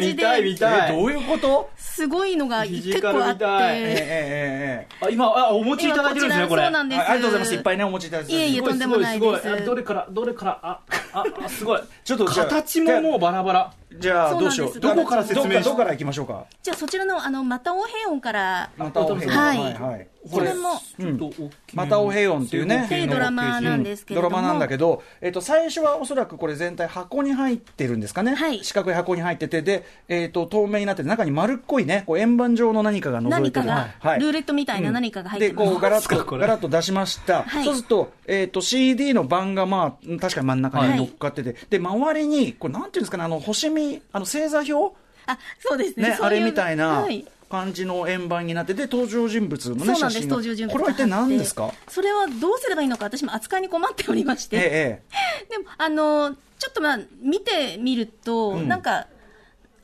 D: じで、
B: た
C: えどういうこと
D: すごいのが
B: フィ
D: 結
B: ジカル
D: 構あっ
B: 見たい
C: えええ
D: て、え
B: あ今あお持ちいただいてるんですねこれ
D: そうなん
C: ええええ
D: です。
C: あありがとうございます。いっぱい
D: い。
C: ね、お持ちいただいて。
D: いえいえ
B: すご
D: とんでもないです
B: ごごあどれからどれからあああすごい
C: ちょっとじゃあ
B: 形ももうバラバラ
C: じゃあ、
D: そう
C: どう
D: なんです
C: しよう。
D: どこから
B: 説明し
C: どこから行きましょうか。
D: じゃあ、そちらの、あの、またお平音から、
C: またお部屋
D: はい
C: はい。
D: これも、
B: ちょっと大きめの
C: またお平穏っていうね
D: っていうドラマなんですけれ
C: ド
D: ど
C: ラ
D: も、
C: マなんだけど、えっと、最初はおそらくこれ全体箱に入ってるんですかね、
D: はい
C: 四角い箱に入っててで、えっと透明になってて中に丸っこいねこう円盤状の何かが覗いてる
D: 何かが、
C: はい
D: ルーレットみたいな何かが入ってます。
C: でこうガラ
B: そうですか
C: ッと
B: これ
C: ガラッと出しました、
D: はい
C: そうすると,、えー、と CD の盤が、まあ、確かに真ん中に乗っかってて、で周りにこれなんていうんですかねあの星見あの星座表
D: あ、そうですね。
C: ね、
D: そう
C: あ
D: う
C: れみたいな
D: はい
C: 感じの円盤になってて登場人物の
D: そ
C: ね
D: う
C: 写
D: なんです、
C: 真が
D: 登場人物
C: これは一体何ですか
D: それはどうすればいいのか、私も扱いに困っておりまして、
C: ええ
D: でも、あのちょっとまあ、見てみると、
C: ん
D: なんか、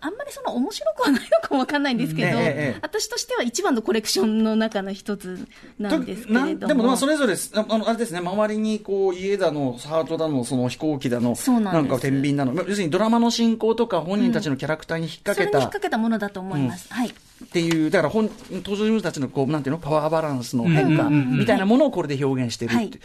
D: あんまりその面白くはないのかもわかんないんですけど、
C: うんええええ
D: 私としては一番のコレクションの中の一つなんですけれど
C: な
D: も。
C: んでもまあそれぞれああのあれですね周りにこう家だのハートだのその飛行機だの
D: そうなんです
C: か天秤だのまあ要するにドラマの進行とか本人たちのキャラクターに引っ掛
D: それ
C: け
D: に
C: た
D: 引っ掛けたものだと思います。はい。
C: っていう、だから本登場人物たちのこうなんていうのパワーバランスの変化
B: うんうんうんうん
C: みたいなものをこれで表現してるってい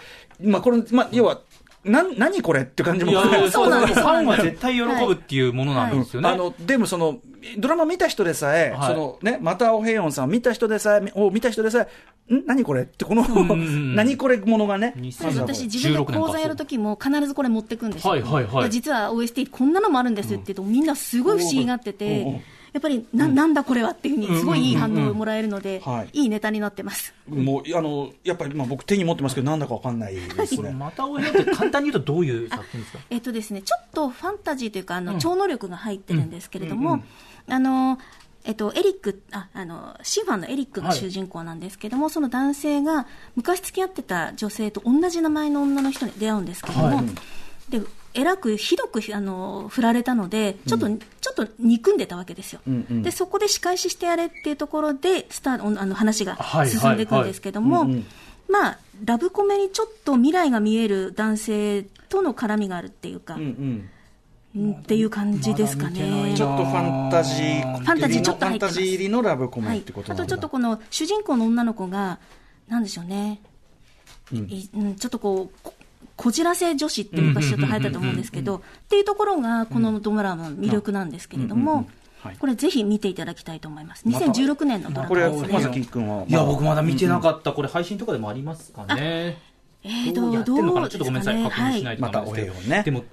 C: う、まあこれまあ要はなん何これって感じも
B: いや
D: そう
B: そうなんですフ
D: そう
B: ァ
D: な
B: ン
D: んで
B: は
D: す
B: 絶対喜ぶっていうものなんですよね、
C: あのでもそのドラマ見た人でさえ、
B: はい
C: そのね、またおへいおんさんを見た人でさえ、を見た人でさえ、ん何これって、この、
B: うんうん
C: 何これものがね、
D: そうです私、自分で講座やるときも必ずこれ持ってくんですよ、
B: はいはいはい
D: や実は OST こんなのもあるんですって言うと、みんなすごい不思議があってて、
C: うんうん
D: やっぱりな,、ん、なんだこれはっていうふうに、すごいいい反応をもらえるので、
C: はい
D: いいネタになってます。
C: もうあのやっぱり今、僕、手に持ってますけど、なんだかわかんないですね。
B: またお部屋って簡単に言うとどういう作品ですか
D: えっとですね、ちょっとファンタジーというか、あの、超能力が入ってるんですけれども、あの、えっと、エリック、あ、あの、シンファンのエリックが主人公なんですけども、その男性が昔付き合ってた女性と同じ名前の女の人に出会うんですけども、
B: はい
D: で、えらくひどくあの振られたので、ちょっと、ちょっと憎んでたわけですよ、
C: んうん
D: で、そこで仕返ししてやれっていうところで、スターあの話が進んでいくんですけども、まあ、ラブコメにちょっと未来が見える男性との絡みがあるっていうか、
C: うんうん
D: うんっていう感じですか
B: まだ見てな
D: ね
B: い。
C: ちょっとファンタジー、
D: ファンタジーちょっと
C: ファン
D: 入ってま
C: タ
D: す
C: ジー入りのラブコ
D: は
C: メっ
D: い
C: てことな
D: あ
C: んだ、
D: とちょっとこの主人公の女の子が、なんでしょうね、いうんちょっとこうこ、こじらせ女子って昔ちょっと流行ったと思うんですけど、っていうところが、このドラマの魅力なんですけれども、
C: はい
D: これぜひ見ていただきたいと思います。2016年のドラ
C: こ
D: マ
C: れ、
D: です
C: 熊
D: ね。
C: 崎君は。
B: いや、僕まだ見てなかった。これ配信とかでもありますかね。
D: えー
B: どうやってんのかなちょっとごめんなさい。確認しないいとダメですけど
C: またお礼をね
B: でも、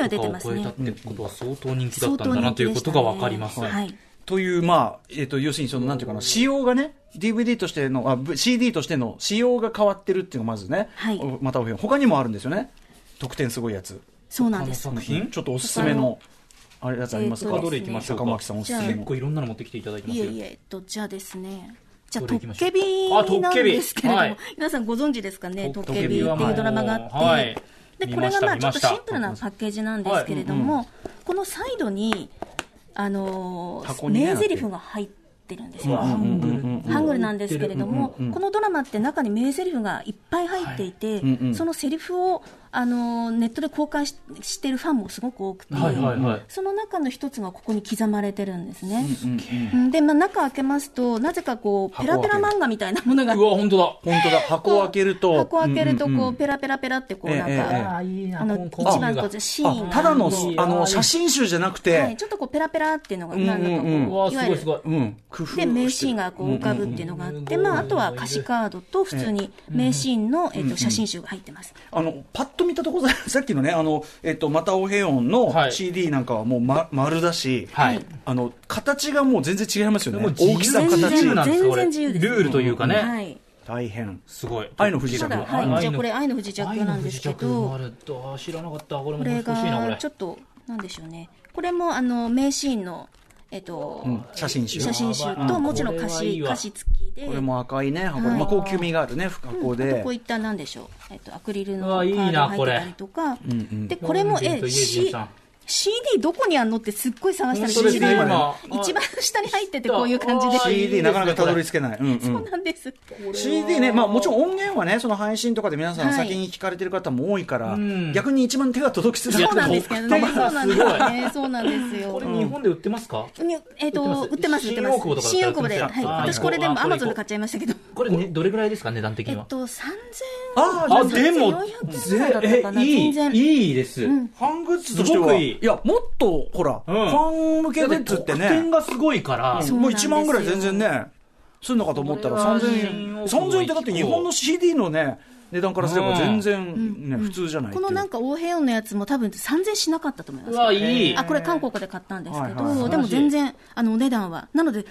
B: 2000 と
D: は出
B: か
D: て
B: を
D: ます
B: 超
D: ね
B: えたってことは相当人気だったんだなということがわかります。
D: 相当人気でしたねはい
C: という、まあ、えっと、要するに、その、なんていうかな、仕様がね、DVD としての、あ、V- CD としての仕様が変わってるっていうのがまずね、
D: はい
C: おまたお部屋、他にもあるんですよね。特典すごいやつ。
D: そうなんです
B: 他。の作品
C: ちょっとおすすめの、あれやつあります
D: え
C: か
D: っとですねどれ行
B: きましょうか
C: 坂巻さんおすすめ
B: 結
C: の。
B: 構いろんなの持ってきていただいてま
D: い
B: す
D: え
B: よ。
D: いえ、えっと、じゃあですね。じゃあ、
B: どれ行
D: ト
B: きま
D: ッ
B: しょう
D: ケビ
B: あト
D: な
B: ッ
D: ん
B: ケビ
D: ですけれども、
B: はい
D: 皆さんご存知ですかね、
B: トッ
D: トッ
B: ケビ
D: ケビっていうドラマがあって、
B: はい
D: で
B: 見
D: こ
B: ま
D: れ
B: した
D: がまあ
B: 見
D: ちょ
B: ま
D: っ
B: し
D: と
B: た
D: シンプルなパッケージなんですけれども、このサイドに、あのー
C: 箱にね
D: 名台詞が入ってるんですよ。
C: うんうんうんうん
D: ハングルなんですけれども、このドラマって中に名台詞がいっぱい入っていて、
C: んうん
D: そのセリフをあのネットで公開ししてるファンもすごく多くて、
B: はいはいはい。
D: その中の一つがここに刻まれてるんですね。
C: うんうん
D: うんで、まあ、中開けますと、なぜかこう、ペラペラ漫画みたいなものが
B: う、わ、本当だ。
C: 本当だ、箱を開けると。
D: 箱開けると、
C: うんうん
D: こう、ペラペラペラって、こう、
C: ええ
D: なん
C: ええ
D: か、
B: あいいな
D: あの、一番こう、シーン
C: あ
D: が。
C: ただの
B: いい、な
C: あの、写真集じゃなくて、
D: はい、ちょっとこう、ペラペラっていうのが、なんだかこう、
C: うんうんうん
B: うわ、
D: い
B: す
D: わ
B: ご
D: ゆ
B: いす
D: る、
B: ごい。
C: うん、工夫
D: で、名シーンがこう、浮かぶっ
C: んん
D: ていうのがあっ
B: う
D: て、
B: んうんうん
D: まあ、あとは歌詞カードと、普通に、名シーンの、えっと、写真集が入ってます。
C: あのパッと見たところ さっきのねあの、えっと、またおへよんの
B: はい
C: CD なんかはもう、ま、丸だし、
B: はい。
C: あの形がもう全然違いますよね
B: もう
C: 大きさ
B: 自由
C: 形
D: な
B: なんですかこれ
D: 全然自由です
B: ルールというか
D: は
B: ね。
D: い。
C: 大変
B: すごい。
C: 愛の不時着
D: ただ、
C: あ
D: はい。じゃあ、これ、愛の不時着
B: 愛
D: な
B: の
D: ん
B: 不
D: で
B: 時
D: すけ
B: 着
D: ど
B: もあ、るとあ知らなかった。これも
D: こ
B: 難
D: れ
B: しいな、こ
D: が
B: れ
D: ちょ。っとなんでしょうねこれもあの名シーンの、えっと
C: うん写真集
D: 写真集
B: う
D: と
B: ん
D: もちろん歌
B: これはい
D: 詞
B: いわ
D: 歌詞付きで
C: これも赤いね箱で、
D: はい
C: まあ、高級味があるね箱
D: あと
C: で
D: こういったなんでしょう、えっと、アクリルの
B: う
D: カ
B: わいい
D: ー
B: な
D: ドが入ってたりとか
C: うん
D: でこれも
B: ロンゲンと
D: え
B: イエジン
D: C
B: さん
D: CD どこにあんのってすっごい探したら
B: 本当です
D: 一
B: ね
D: 番
B: 今
D: 一番下に入っててこういう感じで
B: あーいい
C: CD なかなかたどり着けない、うんうん
D: そうなんです
C: CD ね、まあ、もちろん音源はねその配信とかで皆さん
D: はい
C: 先に聞かれてる方も多いから、
B: うん
C: 逆に一番手が届きつつ
D: そうなんですけどね
B: いや
D: そうなんですよねそうなんですよ
B: これ日本で売ってますか？
D: にえっと
B: 売
D: 売
B: っ
D: ってて
B: ま
D: ますす売って
B: 新大
D: ま
B: 久保と
D: す
B: か
D: 新大久保で
B: だ
D: は
B: ったら
D: い
B: あー
D: 私これでも
B: あー
D: アマゾ
B: これ
D: ンで買っちゃいましたけど
B: これねどれぐらいですか値段的
D: え
B: に
D: っ
B: は？
D: と3000
C: あ
B: あ
C: あ
B: でも
D: 3000円ぐらいだったかな
B: えい
D: 全
B: い
D: 然
B: いいです。
D: ん
C: ファングッズ
B: としては
C: はいやもっとほら、
B: うん
C: ファン向けグッズって
B: 得点
C: ね
B: がすごいから。
D: そう
C: もう
D: なんです
C: 1
D: よ
C: 万ぐらい全然ねすんのかと思った
B: こ
C: ら
B: れは
C: 3000円
B: 新大久保
C: 3000円ってだって日本の CD のね値段からすれば全然ね、普通じゃないって
D: こ
C: いう
D: のなんか欧平洋のやつも多分3000しなかったと思いま
B: う
D: す
B: わいい。
D: あこれ韓国で買ったんですけど、
C: はいはいはい
D: でも全然あのお値段はなので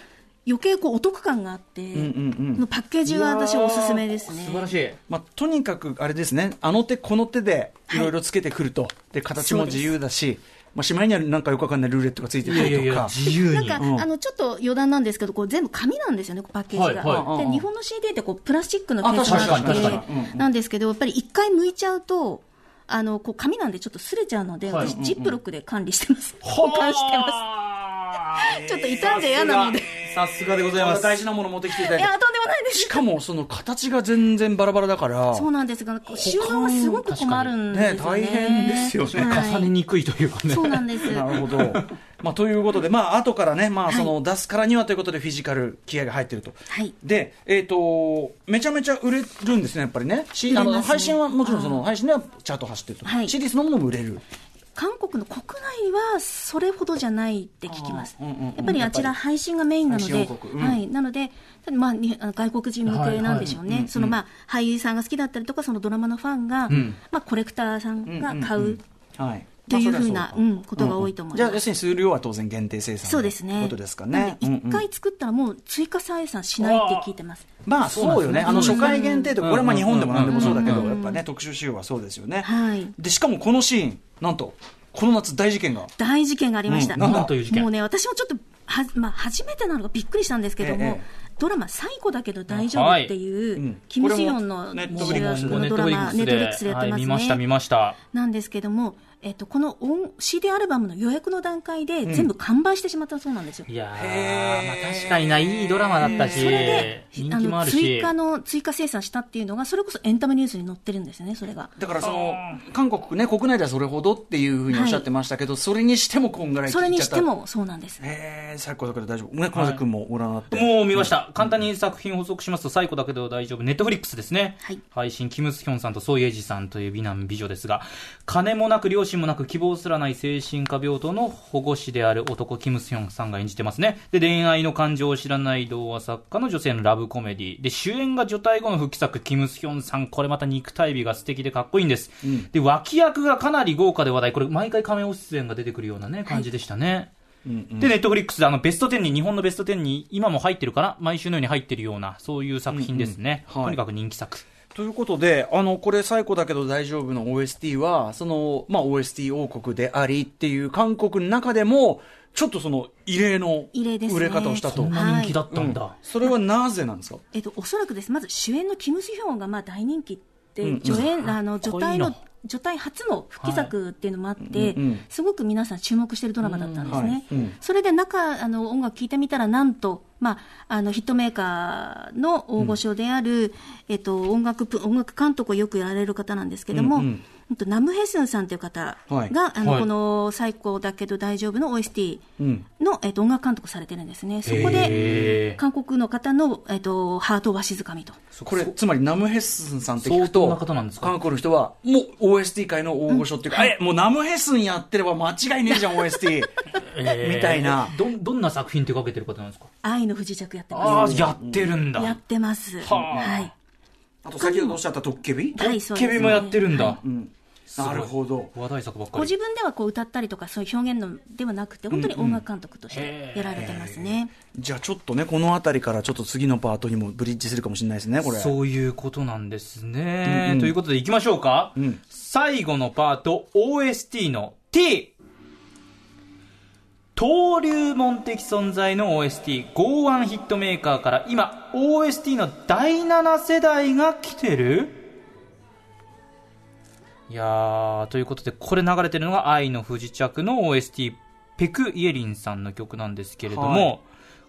D: 余計こうお得感があって、
C: うんうんうん
D: このパッケージは私おすすめですね
B: 素晴らしい。
C: まあ、とにかくあれですねあの手この手で
D: はい
C: いろいろつけてくると、で形も自由だし、まあ、しまいにはなんかよくわかんないルーレットがついてたりとか
B: 自由
D: なんか、
C: うん
D: あのちょっと余談なんですけどこう全部紙なんですよねこうパッケージが、
B: はいはい
D: で日本の CD ってこうプラスチックのケース
B: あ確かに
D: が
B: 確かに
D: あってなんですけどやっぱり一回剥いちゃうとあのこう紙なんでちょっと擦れちゃうので、
B: はい
D: 私ジップロックで管理してます、保管してます
B: ます。
D: ちょっと傷んで嫌なので
B: さすがでございます。
C: 大事なもの持ってきていただい
D: い
C: て
D: やとんでもないです
C: しかもその形が全然バラバラだから
D: そうなんですが、こう収納はすごく困るんですよね。
C: ね大変ですよね
D: はい
B: 重ねにくいというかね
D: そ。うなんで す。
C: なるほど、まあ、ということで、まあ後からね、まあ、その出すからにはということで、フィジカル、気合が入ってると、
D: はい
C: で、えっとめちゃめちゃ売れるんですね、やっぱりね、し
D: 売れ
C: あ
D: ますね
C: の配信はもちろんそ
D: あ
C: の、配信ではチャート走ってると、
D: はい
C: CD そのものも売れる、
D: 韓国の国内はそれほどじゃないって聞きます。
C: あーうんうんうん
D: やっぱりあちら配信がメインなの
C: 配
D: で
C: 信王国、うん
D: はい、なので、ただまあ、にあの外国人向けなんでしょうね。そのまあ、俳優さんが好きだったりとか、そのドラマのファンが、
B: ん
D: まあ、コレクターさんが買う
C: はい、
D: という
C: まあ
D: ふ
C: そうりゃ
D: な、、
C: そううん
D: ことが多いと思い
C: じゃ
D: ま
C: あ、要
D: す。
C: するに数量は当然限定生産
D: そうです
C: とい
D: ね。
C: ことですかね。
D: なので
C: うんうん
D: 一回作ったらもう追加採算しないって聞いてます。
C: まあそうよね、あの初回限定とか、これはまあ日本でも何でもそうだけど、やっぱね、特集仕様はそうですよね。
D: はい
C: でしかもこのシーン、なんと、この夏、大事件が。
D: 大事件がありました、
C: うんなんだ
B: なんという事件
D: もうね私もちょっとは、まあ、初めてなのがびっくりしたんですけども、
C: ええ
D: ドラマ「最後だけど大丈夫」っていう、
C: うん
D: キム・シヨンの
C: これもネットフ
D: 主
C: リックス
D: 役
C: で
D: のドラマネットフリックスでやってますね、
B: 見ました見ました。
D: なんですけども、えっと、この音 CD アルバムの予約の段階で全部完売してしまったそうなんですよ、
B: いやー、
C: へ
B: まあ
C: ー
B: 確かにな、いいドラマだったし
D: それで、、
B: 人
D: あ
B: 気もあ
D: の
B: る
D: 追
B: し。
D: 加の追加生産したっていうのがそれこそエンタメニュースに載ってるんですよねそれが
C: だからその韓国ね国内ではそれほどっていうふうにおっしゃってましたけど、それにしてもこんぐらい
D: それ
C: 聞い
D: に
C: ちゃっ
D: したてもそうなんです
C: えー、最高だから大丈夫ね熊崎君もご覧になって、
B: もう見ました。簡単に作品補足しますと、最古だけど大丈夫。ネットフリックスですね。
D: はい
B: 配信、キム・スヒョンさんとソイ・エイジさんという美男美女ですが、金もなく両両親もなく希望すらない精神科病棟の保護士である男キム・スヨンさんが演じてますねで恋愛の感情を知らない童話作家の女性のラブコメディで主演が除隊後の復帰作キム・スヒョンさんこれまた肉体美が素敵でかっこいいんです、で脇役がかなり豪華で話題これ毎回仮面オ出演が出てくるようなね感じでしたね、で、ネットフリックスであのベスト10に、日本のベスト10に今も入ってるから、毎週のように入ってるような、そういう作品ですね。
C: うんうんはい
B: とにかく人気作。
C: ということで、あの、これ、最古だけど大丈夫の OST は、その、まあ、OST 王国でありっていう韓国の中でも、ちょっとその、異例の
D: 異例ですね
C: 売れ方をした
B: そ
C: と。
B: んな人気だったんだ。
C: うんそれはなぜなんですか
D: えっと、おそらくです、まず主演のキム・シヒョンがまあ大人気って、
C: うんうん
D: 助演、あの、
B: かっ
D: 女
B: こいい
D: 体
B: の
D: の、女体初の復帰作っていうのもあって、
C: うんうん
D: すごく皆さん注目してるドラマだったんですね。
C: うんはいうん
D: それで中、あの、音楽聴いてみたら、なんと、まあ、あの、ヒットメーカーの大御所である、えっと、音楽プ、音楽監督をよくやられる方なんですけども、
C: うんうん
D: うんとナムヘスンさんという方が、
C: はい
D: あの、
B: はい
D: この最高だけど大丈夫の OST
C: うん
D: の、えっと、音楽監督されてるんですね。そ
B: へ
D: こで
B: ー、
D: 韓国の方の、えっと、ハートは静かみと。
C: これ、つまり、ナムヘッスンさんって聞く
B: 相当な
C: と
B: 方なんです、か
C: 韓国の人は、もう OST 界の大御所っていうか、え、もうナムヘッスンやってれば間違いねえじゃん、OST。
B: えー
C: みたいな
B: どん、どんな作品手掛けてる方なんですか
D: 愛の不時着やって
B: あ
D: ま
B: あ、やってるん
D: す。や
B: だ
D: っ。てます。
B: はあ
D: はい。
C: あと、先ほどおっしゃったトッケビ
D: はい、そうで
B: ケ
D: すね
B: ビもやってるんだ。
C: なるほど。
B: 話題作ばっか
D: ご
B: り。
D: 自分ではこう歌ったりとかそういう表現のではなくて、本当に音楽監督としてやられてますね。
C: じゃあちょっとね、この辺りからちょっと次のパートにもブリッジするかもしれないですね、これ。
B: そういうことなんですね。
C: うんうん
B: ということで、行きましょうか。
C: ん
B: 最後のパート、OST の T! 登竜門的存在の OST、剛腕ヒットメーカーから今、OST の第7世代が来てるいやー、ということで、これ流れてるのが愛の不時着の OST、ペク・イエリンさんの曲なんですけれども、
C: はい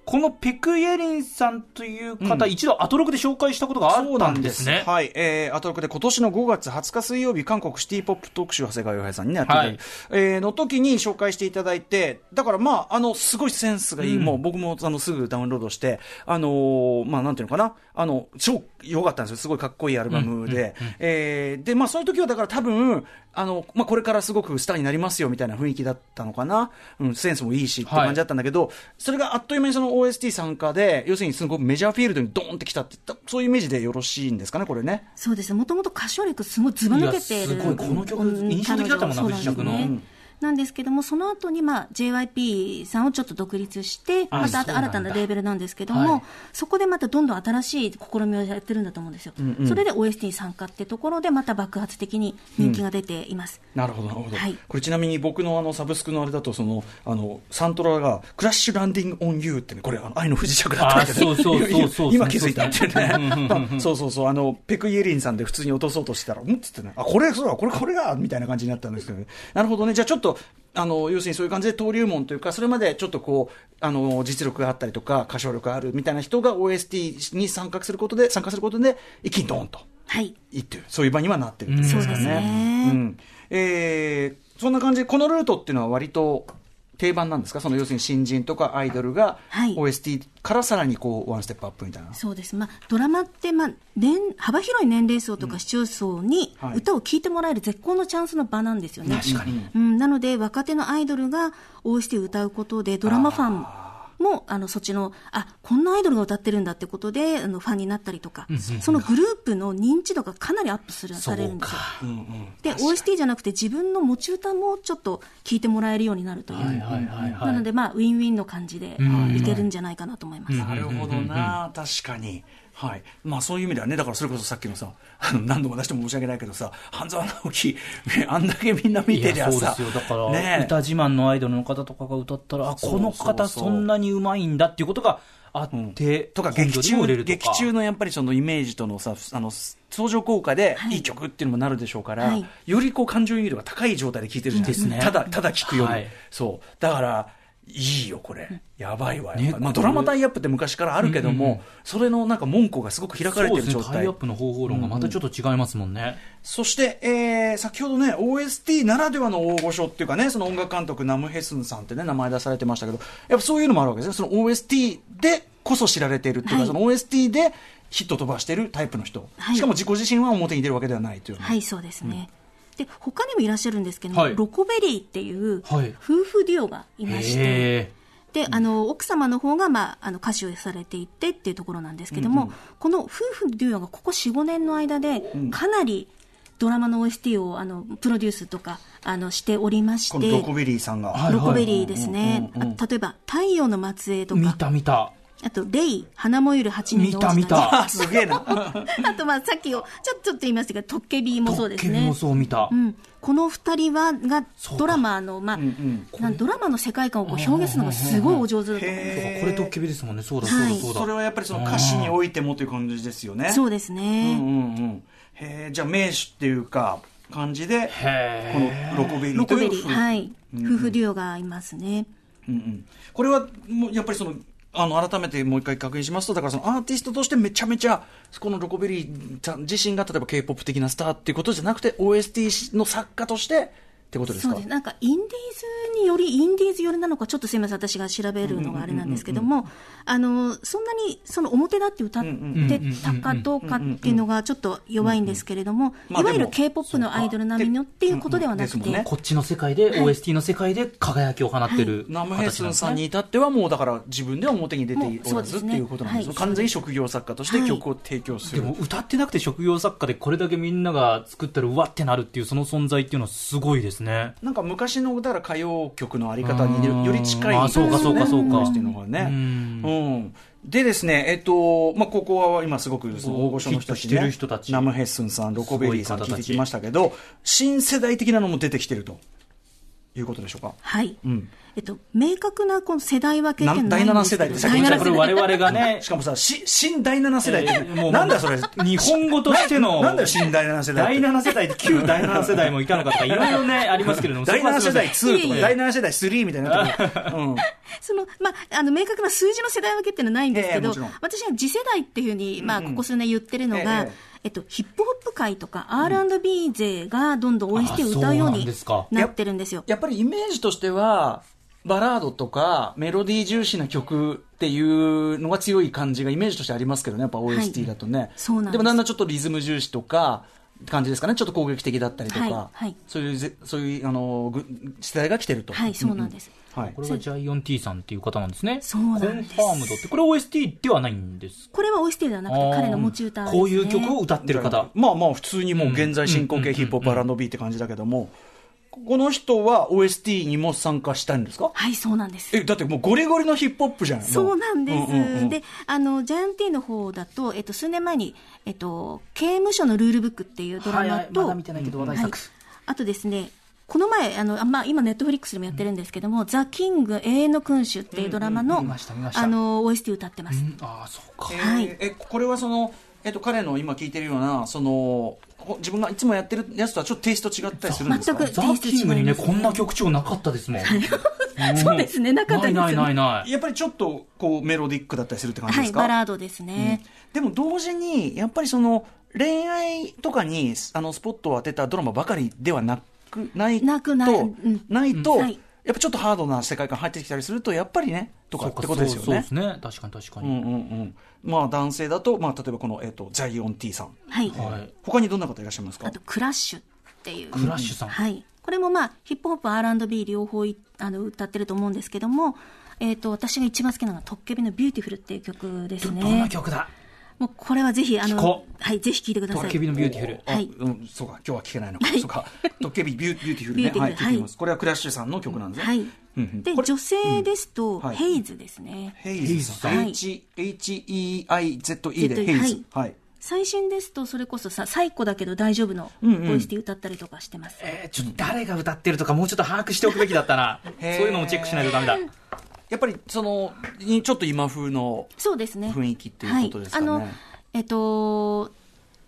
B: このペク・イエリンさんという方、
C: うん
B: 一度アトロクで紹介したことがあったんですね。
C: はい。えー、アトロクで今年の5月20日水曜日、韓国シティポップ特集、長谷川洋平さんにねやっていただいて、えーの時に紹介していただいて、だからまあ、あの、すごいセンスがいい、
B: うん
C: もう僕もあのすぐダウンロードして、あのーまあ、なんていうのかな、あの、超良かったんですよ。すごいかっこいいアルバムで。えーで、まあ、そういう時はだから多分、あの、まあ、これからすごくスターになりますよみたいな雰囲気だったのかな。うん、センスもいいしって感じだったんだけど、それがあっという間にその OST 参加で、要するにすごくメジャーフィールドにドーンってきたって、そういうイメージでよろしいんですかね、これね。
D: そうですね。もともと歌唱力すごいずば抜けている。
B: いやすごいこの曲印象的だったもんな
D: 彼女そう
B: 不時着の
D: なんです
B: う
D: ね
B: ん
D: なんですけども、その後に、まあ、JYP さんをちょっと独立して、
B: あ
D: また
B: そ
D: あ
B: うな
D: と
B: んだ
D: 新たなレーベルなんですけど
B: はい
D: も、そこでまたどんどん新しい試みをやってるんだと思うんですよ。それで OST に参加ってところで、また爆発的に人気が出ています。
C: なるほど、なるほど。
D: はい
C: これちなみに僕のあのサブスクのあれだと、その、あの、サントラが、クラッシュランディングオンユーってね、これ、あの愛の不時着だったんで、ね、
B: あそう そうそうそう
C: 今気づいたっていう ね。そうそうそう、あの、ペクイエリンさんで普通に落とそうとしてたら、うんっつってね、あ、これ、そうだ、これ、これが、みたいな感じになったんですけどね。なるほどね。じゃあちょっと、あの、要するにそういう感じで登竜門というか、それまでちょっとこう、あの、実力があったりとか、歌唱力があるみたいな人が OST に参画することで、参加することで、一気にドーンと。
D: はい。
C: いいっていうそういう場にはなってるってことですか
D: うんそうです
C: ね
D: ね。
C: うんえーそんな感じでこのルートっていうのは割と定番なんですかその要するに新人とかアイドルが
D: はい
C: OST からさらにこうワンステップアップみたいな。
D: そうです、まあ、ドラマって、まあ、年幅広い年齢層とか視聴層に
C: はい
D: 歌を聴いてもらえる絶好のチャンスの場なんですよね。
B: 確かに。
D: うん、なので若手のアイドルが OST を歌うことでドラマファンもあのそっちのあこんなアイドルが歌ってるんだってことであのファンになったりとか、そのグループの認知度がかなりアップするされるんですよ。で OST じゃなくて自分の持ち歌もちょっと聴いてもらえるようになるという、
B: はいはい
D: なので、まあ、ウィンウィンの感じでいけるんじゃないかなと思います。
C: なるほどな、確かに。はい。まあそういう意味ではね、だからそれこそさっきのさ、 あの何度も出しても申し訳ないけどさ、半沢直樹、ね、あんだけみんな見
B: い
C: て
B: や
C: りゃ
B: そうで
C: さ、
B: すよだから、
C: ね
B: 歌自慢のアイドルの方とかが歌ったらあ
C: そう
B: この方
C: そうそう
B: そんなにうまいんだっていうことがあって、
C: とか
B: 本土
C: 劇
B: にも売れ
C: 中
B: るとか
C: 劇中のやっぱりそのイメージとのさあの相乗効果でいい曲っていうのもなるでしょうから、
D: はい
C: よりこう感情移入度が高い状態で聴いてるじゃないですか
B: ですね
C: ただただ聴くより、
B: はい
C: そうだからいいよこれやばいわ
B: ね
C: やっぱまあ、
B: こ
C: ド
B: れ
C: ラマタイアップって昔からあるけども、それのなんか門戸がすごく開かれてる
B: そう
C: 状
B: ですねタ
C: 態
B: イアップの方法論がまたちょっと違いますもんね、
C: そして、えー先ほどね、OST ならではの大御所っていうかね、その音楽監督、ナムヘスンさんってね、名前出されてましたけど、やっぱそういうのもあるわけですね、その OST でこそ知られているっていうか、
D: はい
C: その OST でヒット飛ばしてるタイプの人、
D: はい
C: しかも自己自身は表に出るわけではないというような、
D: はい、そうですね。で他にもいらっしゃるんですけども、
B: はい
D: ロコベリーっていう夫
B: はい
D: 婦デュオがいまして、
B: へ
D: であの奥様の方が、まあ、あの歌手をされていてっていうところなんですけども、この夫婦デュオがここ45年の間でかなりドラマの OST をあのプロデュースとかあのしておりまして
C: このロコベリーさんが、
B: はい
D: ロコベリーですね、あ例えば「太陽の末裔」
B: ー
D: と
B: 見
D: か
B: た見た。
D: あと「レイ花もゆる8人の王子たち」
B: 見た見た
C: あすげえな
D: あとまあさっきをちょちょっと言いましたけど「トッケビー」もそうです
B: ケビ
D: ね
B: もそう見た。
D: うん、この2人はが
B: そうか
D: ドラマの、まあなんドラマの世界観をこう表現するのがすごいお上手だと思います。
B: そうかこれトッケビですもんね。そうだそう
D: は
B: だ
D: い
B: そうだ。
C: それはやっぱりその歌詞においてもという感じですよね
D: そううです
C: ん
D: ね。
C: うんうんへえじゃあ名手っていうか感じで
B: へ
C: このロコベリー
D: ロ
C: と
D: コ
C: い
D: ベ
C: う
D: リー、はい、夫婦デュオがいますね。
C: うんうんこれはもうやっぱりそのあの改めてもう一回確認しますとだからそのアーティストとしてめちゃめちゃこのロコベリーさん自身が例えば k p o p 的なスターっていうことじゃなくて OST の作家としてってことです
D: そう
C: か
D: です。なんかインディーズにより、インディーズ寄りなのか、ちょっとすみません、私が調べるのがあれなんですけども、あの、そんなに、その表だって歌ってたかどうかっていうのがちょっと弱いんですけれども、
C: まあ
D: いわ
C: で
D: ゆる
C: も
D: K-POP のアイドル並みのっていうことではな
C: う
D: く
C: んうんですもんね
D: て、
B: こっちの世界で、OST の世界で輝きを放ってる。
C: ナムヘスンさん
B: に。
C: に至ってはもうだから自分では表に出て
D: もう
C: お
D: そ
C: ら
D: うで
C: ずっ
D: す
C: て
D: ね
C: いうことなんです
D: はい
C: 完全に職業作家として曲を提供す
B: で
C: る、
B: も歌ってなくて職業作家でこれだけみんなが作ったらうわってなるっていうその存在っていうのはすごいですね。
C: なんか昔のだから歌謡曲のあり方に
B: うん
C: よより近い
B: あそうかそうかそうか
C: ですね OST の方がね
B: うん
C: うんでですね、えっと、まあ、ここは今すごくその大御所の人たち、ね、
B: ヒットしてる人たち
C: ナムヘッスンさん、ロコベリーさん
B: すごい方
C: 聞い
B: た
C: て
B: ち
C: きましたけど、新世代的なのも出てきてるということでしょうか。
D: はい。
C: うん。
D: えっと、明確なこの世代分けって
C: な
D: な
C: 第
D: いん
C: 7
D: です
C: 世
D: け
C: 代っ
D: ど
C: てさっき
D: 第
C: 言っ
D: 7
C: たけ
D: 世代
C: ど
B: これ我々が ね
C: し、かもさ、し新第7世代って、
B: えーもう
C: なんだよそれ。
B: 日本語としての
C: なんだよ、新第7世代
B: 第
C: って。
B: 7世代、旧第7世代もいたのかとか、いろいろね、ありますけれども、
C: 第7世代
B: そこはす
C: 2と
D: いえい
C: か、
D: え
C: 第7世代3みたいになって くる。うん。
D: その、まあ、あの、明確な数字の世代分けっていうのはないんですけ
C: ええ
D: ど、
C: もちろん
D: 私は次世代っていうふうに、まあ、ここ数年言ってるのが、
C: え
D: え
C: えええ
D: っと、ヒップホップ界とか R&B 勢がどんどん OST を歌うよ
B: あそ
D: う
B: うなん
D: に
B: ですか
D: なってるんですよ。
C: やっぱりイメージとしては、バラードとかメロディー重視な曲っていうのが強い感じがイメージとしてありますけどね、やっぱ
D: い
C: OST だとね。
D: そうなんです
C: もだんだんちょっとリズム重視とか、感じですかね、ちょっと攻撃的だったりとか、
D: はいはい
C: そういうぜ、そういう、あの、ぐ世代が来てると。
D: はい、そうなんです。
C: はい
B: これがジャイオン T さんっていう方なんですね。
D: そうなんです
B: コンファームドって、これ OST ではないんです
D: これは OST ではなくて、彼の持ち歌
B: あ
D: で
B: ー
D: す、ね。
B: こういう曲を歌ってる方。
C: まあまあ普通にもう現在進行形ヒップホップ R&B って感じだけども、この人は OST にも参加したんですか
D: はい、そうなんです。
C: え、だってもうゴリゴリのヒップホップじゃん。も
D: そうなんです。
C: うんうんうん
D: で、あの、ジャイアンティーの方だと、えっと、数年前に、えっと、刑務所のルールブックっていうドラマと、
B: ないけど話
D: はい、あとですね、この前、あの、あまあ、今、ネットフリックスでもやってるんですけども、ザ・キング、永遠の君主っていうドラマの、
B: 見ました見ました
D: あの、OST 歌ってます。
B: ああ、そうか。
D: はい
C: えーえこれはその、えっと、彼の今聞いてるようなそのほ自分がいつもやってるやつとはちょっとテイスト違ったりするんですか
D: 全く
B: ザ・キングにね、こんな曲調なかったですもん。そう
D: ですねなかったですよ
B: な
D: ね
B: いないないない。
C: やっぱりちょっとこうメロディックだったりするって感じ
D: は
C: です
D: い、
C: か、
D: バラードですね。
C: でも同時にやっぱりその恋愛とかにあのスポットを当てたドラマばかりではなくない
D: なくない
C: と、
D: うん
C: ないと、
D: はい
C: やっぱちょっとハードな世界観入ってきたりするとやっぱりねとか
B: そ
C: っ
B: うか
C: てことですよ
B: そうそうで
C: ね
B: す。ね。確かに確か
C: うん
B: に。
C: うんうん、まあ男性だと、まあ、例えばこの、えっとジャイオン T さん
D: はい。
B: はい。
C: 他にどんな方いらっしゃいますか
D: あと、クラッシュっていう。
B: クラッシュさん。
D: はい。これもまあ、ヒップホップ、R&B 両方いあの歌ってると思うんですけども、えっ、と、私が一番好きなのは、トッケビのビューティフルっていう曲です
B: ど
D: ね。
B: どんな曲だ
D: もう、これはぜひ、あ
B: 聞こ
D: の
B: う、
D: はい、ぜひ聴いてくだ
B: ト
D: さ
B: ッ
D: い。
B: ケビのビューティフル。
C: あ
D: はい
C: うん、そうか、今日は聞けないのか。そうか、ドッケビビュービューティフルね。
D: ビューティ
C: は
D: フ
C: い、
D: ル
C: 聞いてみます。これはクラッシュさんの曲なんですね。
D: はい。
C: うんうん
D: で、
C: これ
D: 女性ですと、
C: はい
D: ヘイズですね。
C: ヘイズさん。
D: はい
C: H H E I Z E で
D: Z E
C: ヘイ
D: は
C: ズ
D: い。
C: はい。
D: 最新ですと、それこそさ、最古だけど大丈夫の、
C: んうん
D: OST 歌ったりとかしてます。
B: えーちょっと誰が歌ってるとかもうちょっと把握しておくべきだったなそう
C: へー
B: いうのもチェックしないとダメだ
C: やっぱりそのにちょっと今風の
D: そうですね。
C: 雰囲気っていうことですかね
D: はい、あの、えっと、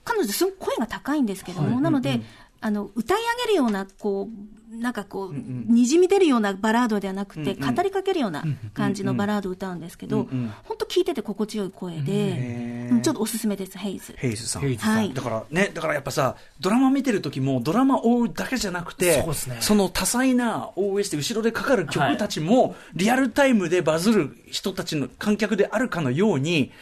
D: 彼女すごく声が高いんですけども、なので、あの、歌い上げるような、こう、なんかこう、にじみ出るようなバラードではなくて、語りかけるような感じのバラードを歌うんですけど、本当聞いてて心地よい声で、うんちょっとおすすめです、ヘイズ。
C: ヘイズさん。
B: ヘイズさん
D: はい
C: だからね、だからやっぱさ、ドラマ見てる時も、ドラマ追うだけじゃなくて、
B: そうですね
C: の多彩な OS で後ろでかかる曲たちも、リアルタイムでバズる人たちの観客であるかのように、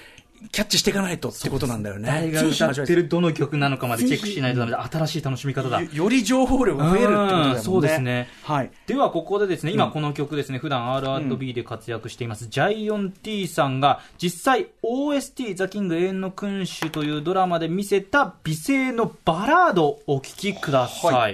C: キャッチしていかないとってことなんだよね。
E: 誰が歌ってるどの曲なのかまでチェックしないとダメだ。新しい楽しみ方だ。
C: よより情報量が増えるってことだよ
E: う
C: ね。
E: んそうですね
C: はい。
E: ではここでですね、今この曲ですね、普段 R&B で活躍しています、ジャイオン T さんが、実際 OST ザ・キング永遠の君主というドラマで見せた美声のバラードをお聴きください。
C: は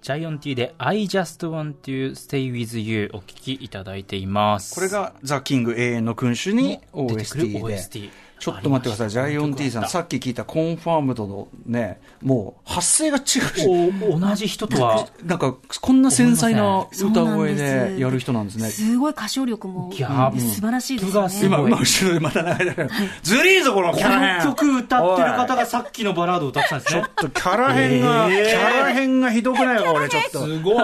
E: ジャイオン T で I just want to stay with you お聴きいただいています。
C: これがザ・キング永遠の君主に
E: 出てくる
C: OST で。
E: OST
C: ちょっと待ってください、ジャイオン T さん、さっき聞いたコンファームドのね、もう発声が違うし、
E: お同じ人とは
C: なんかこんな繊細な
D: そうな
C: 歌
D: ん
C: 声
D: です
C: でやる人なんですね。
D: すごい歌唱力も素
E: ギャップ
D: 晴らしいです
E: がすごい
D: ね。
C: 今、今後ろでまた流れてる。ずりーぞ、このキ
E: こ
C: ャ
E: の
C: ラ編。
E: 曲歌ってる方がさっきのバラードを歌ってたんですね。
C: ちょっとキャラ編が、
E: えー
C: キャラ編がひどくないか、俺ちょっと。
E: すごい。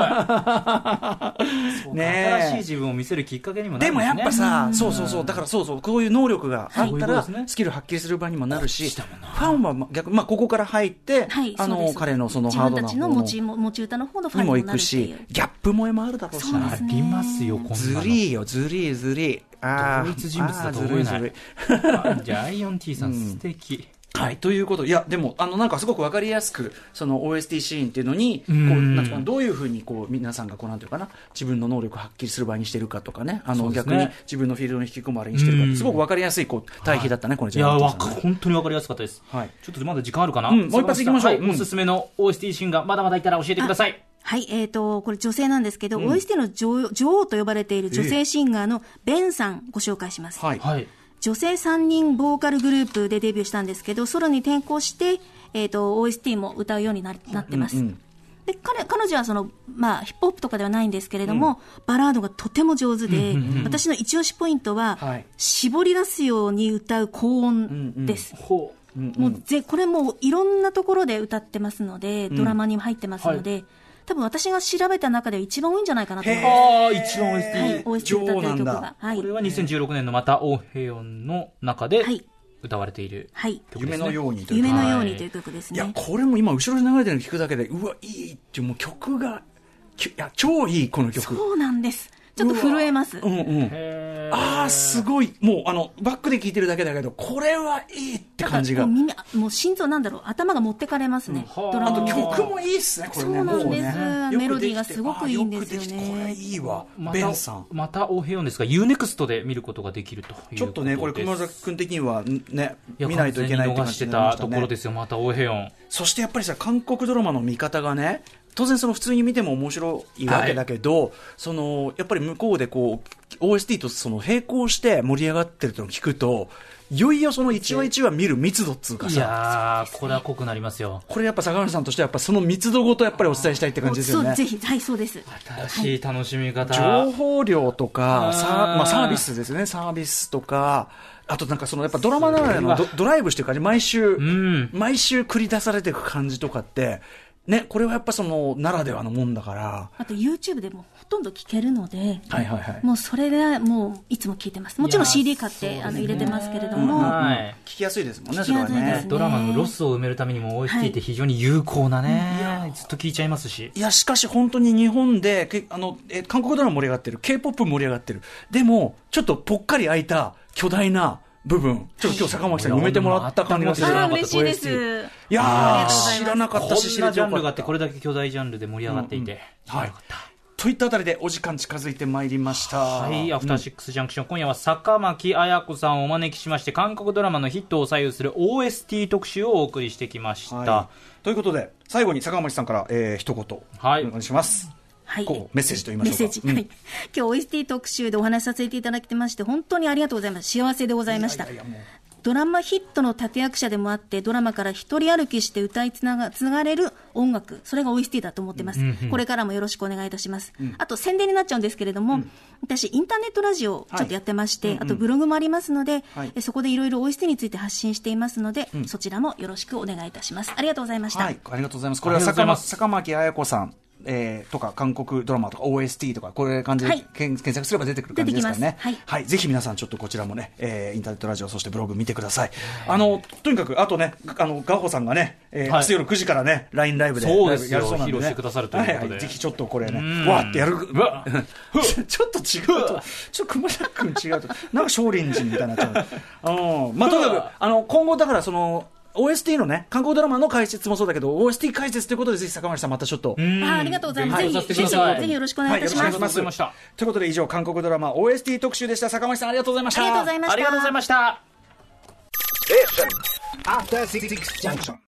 C: ねえ
E: 新しい自分を見せるきっかけにもな
C: で
E: るん
C: も
E: です
C: や
E: ね。
C: っぱさ、そうそうそう、だからそうそう、こういう能力があった
E: は
C: ら
E: いそういうことですね、
C: スキル発揮する場にもなるし、ファンはま逆に、まあ、ここから入って
D: はい、、
C: あ
D: そうで
C: の、
D: す
C: 彼のその
D: 自
C: ハー
D: 分
C: ド
D: た
C: な
D: ち
C: 方
D: の
C: の
D: 持ちも持ち歌の方のファ
C: に
D: ン
C: も
D: に
C: 行
D: なる
C: く
D: ってい
C: し
D: う。、
C: ギャップ萌えもあるだろうし
D: そう。なんですね
E: ありますよ、こんなの
C: ずりーよ、ずりーずりー。あー
E: 同一人物だと思えない
C: あーずるいずるい
E: あじゃあ、アイオン T さん、素敵。
C: はい、ということ、いや、でも、あの、なんかすごくわかりやすく、その OST シーンっていうのに、こう、
E: ん
C: なんていうかなどういうふうに、こう、皆さんが、こう、なんていうかな、自分の能力を発揮する場合にしてるかとかね、あ
E: そ
C: の、
E: うです
C: 逆
E: ね
C: に自分のフィールドに引き込むあれにしてるかっ
E: うん
C: て、すごくわかりやすい、こう、対比だったね、これ、
E: いや、わ
C: わ
E: か、本当にわかりやすかったです。
C: はい
E: ちょっとまだ時間あるかな
C: うんもう一発行きましょう
E: はい
C: うん
E: おすすめの OST シーンがまだまだいたら教えてください。
D: はい、えっ、と、これ女性なんですけど、OST の女王女王と呼ばれている女性シンガーのベンさんご紹介します。
C: はい。
E: はい。
D: 女性3人ボーカルグループでデビューしたんですけど、ソロに転向して、えっ、と、OST も歌うようにななってます。
C: うんうん
D: で彼彼女はその、まあ、ヒップホップとかではないんですけれども、バラードがとても上手で、私の一押しポイントは、
C: はい
D: 絞り出すように歌う高音です。
E: ほう。
D: もうぜこれもういろんなところで歌ってますので、ドラマにも入ってますので、多分私が調べた中では一番多いんじゃないかなと思います。
E: ああ、一番
D: はい、OST
E: OST。
D: 歌ってる曲
C: 女王なんだ
D: が。はい
E: これは2016年のまた、オーヘヨンの中で
D: はい
E: 歌われている
D: はい。
E: 曲
C: 夢
E: ですね。
C: のようにというか
D: 夢のようにという曲です
C: い
D: ね。
C: や、これも今、後ろで流れてるの聞くだけで、うわ、いいって、もう曲が、きゅいや、超いい、この曲。
D: そうなんです。ちょっと震えます。
C: うんうん。
E: へー
C: ああ、すごい。もう、あの、バックで聴いてるだけだけど、これはいいって感じが
D: なん。かもう耳あもう心臓なんだろう、頭が持ってかれますね。
E: うん
D: ドラ
C: あ
D: マ
C: と
D: 見て
C: 曲もいいっすね、これね。
D: そうなんです
C: もうね
D: メロディーがすごくいいんですよね
C: くできてあよくできてこれいいわ
E: ま、
C: ベ
E: た
C: ンさん。
E: またオヘヨンですが、UNEXT で見ることができるということです。
C: ちょっとね、これ、熊崎君的にはね、
E: や
C: 見ないといけないって感
E: 完全に逃し
C: じ
E: て
C: になりま
E: た
C: した
E: ところ
C: ね
E: で。すよ、またオヘヨン。
C: そしてやっぱりさ、韓国ドラマの見方がね、当然、その普通に見ても面白いわけだけど、そのやっぱり向こうでこう OST とその並行して盛り上がってるというのを聞くと、いよいよその一話一話見る密度っつうか
E: い
C: さ、
E: やー、これは濃くなりますよ。
C: これやっぱ坂上さんとしては、やっぱその密度ごとやっぱりお伝えしたいって感じですよ
D: も
C: ね
D: う。そうぜひ、はい、そうです。
E: 新しい楽しみ方。
C: 情報量とか、サ
E: あー
C: ーまあ、サービスですね、サービスとか、あとなんかそのやっぱドラマながらのドドライブしてる感じ、毎週、
E: ん
C: 毎週繰り出されていく感じとかって、ね、これはやっぱその、ならではのもんだから、
D: あと YouTube でもほとんど聴けるので、
C: はいはいはい。
D: もうそれがもういつも聴いてます。もちろん
E: いやー
D: CD 買っ
E: そうで
D: て
E: すね
D: あの入れてますけれど
C: うんうんうん
D: も、
E: はい
C: 聞きやすいですもんね、そ
D: 聞き
C: れ
D: や
C: は
D: すいです
C: ね。
E: ドラマのロスを埋めるためにも
D: は
E: OST
D: い
E: って非常に有効なね、ずっと聞いちゃいますし。
C: いや、しかし本当に日本で、けあの、え、韓国ドラマ盛り上がってる、K-POP 盛り上がってる。でも、ちょっとぽっかり空いた巨大な部分、ちょっと今日坂巻さんに埋めてもらった感じがする。
E: はい
D: あ
E: あ
D: あ、嬉しいです。
C: いや
D: あ
C: ー、
D: り
C: 知
D: が
C: ら
D: と
C: なか
D: うございま
E: こん
C: った
E: な
C: し、
E: ジ
C: 知れて
E: ャ
C: よ
E: ン
C: か
E: ル
C: っ
E: があ
C: た
E: って、これだけ巨大ジャンルで盛り上がっていて。
C: はい。といったあたりでお時間近づいてまいりました。
E: はい、アフターシックスジャンクション、今夜は坂巻彩子さんをお招きしまして、韓国ドラマのヒットを左右する OST 特集をお送りしてきました。
C: はいということで、最後に坂巻さんから、えー、一言、
E: はい
C: お願いします。
D: はい。
C: こうメッセージと言いま
D: メ
C: し
D: ッ
C: ょうか。
D: セージ。はい。今日 OST 特集でお話しさせていただきまして、本当にありがとうございます。幸せでございました。ドラマヒットの立役者でもあって、ドラマから一人歩きして歌いつなが、つながれる音楽、それが OST だと思ってます。これからもよろしくお願いいたします。あと宣伝になっちゃうんですけれども、私、インターネットラジオをちょっとやってまして、あとブログもありますので、
C: はい
D: えそこでいろいろ OST について発信していますので、そちらもよろしくお願いいたします。ありがとうございました。
C: はい、ありがとうございます。これは
E: ありがとう
C: 坂
E: ございま
C: ます坂巻彩子さんえーとか韓国ドラマとか OST とかこういう感じで、
D: はい
C: 検検索すれば出てくる感じですから
D: 出
C: ね
D: てきますはい
C: ぜひ皆さんちょっとこちらもね、えーインターネットラジオそしてブログ見てくださいあのとにかくあとねあのガホさんがね、えー
B: はい
C: 明日夜9時からね LINE ライブで
B: そうですよ
C: ライブやるなん
B: 披露してくださるということで
C: ははぜひちょっとこれね
B: うん
C: わーってやる
B: うわ
C: ちょっと違うとちょっと熊崎君違うとなんか少林寺みたいになっちゃううんまあとにかくあの今後だからその OST のね、韓国ドラマの解説もそうだけど、OST 解説ということで、ぜひ坂巻さん、またちょっと
B: うん
D: あありがとうございます。
B: 勉
D: ぜ
B: 強させて
D: ひ、ぜひ、
B: ください
D: ぜひよろしくお願いいたし
B: は
D: ま
B: い
D: す
B: よ。ろしくお願いしますありがとうございした
C: ということで以上韓国ドラマ OST 特集でした坂巻さんありがとうございました
D: ありがとうございました
B: ありがとうございました
F: After Six Junction.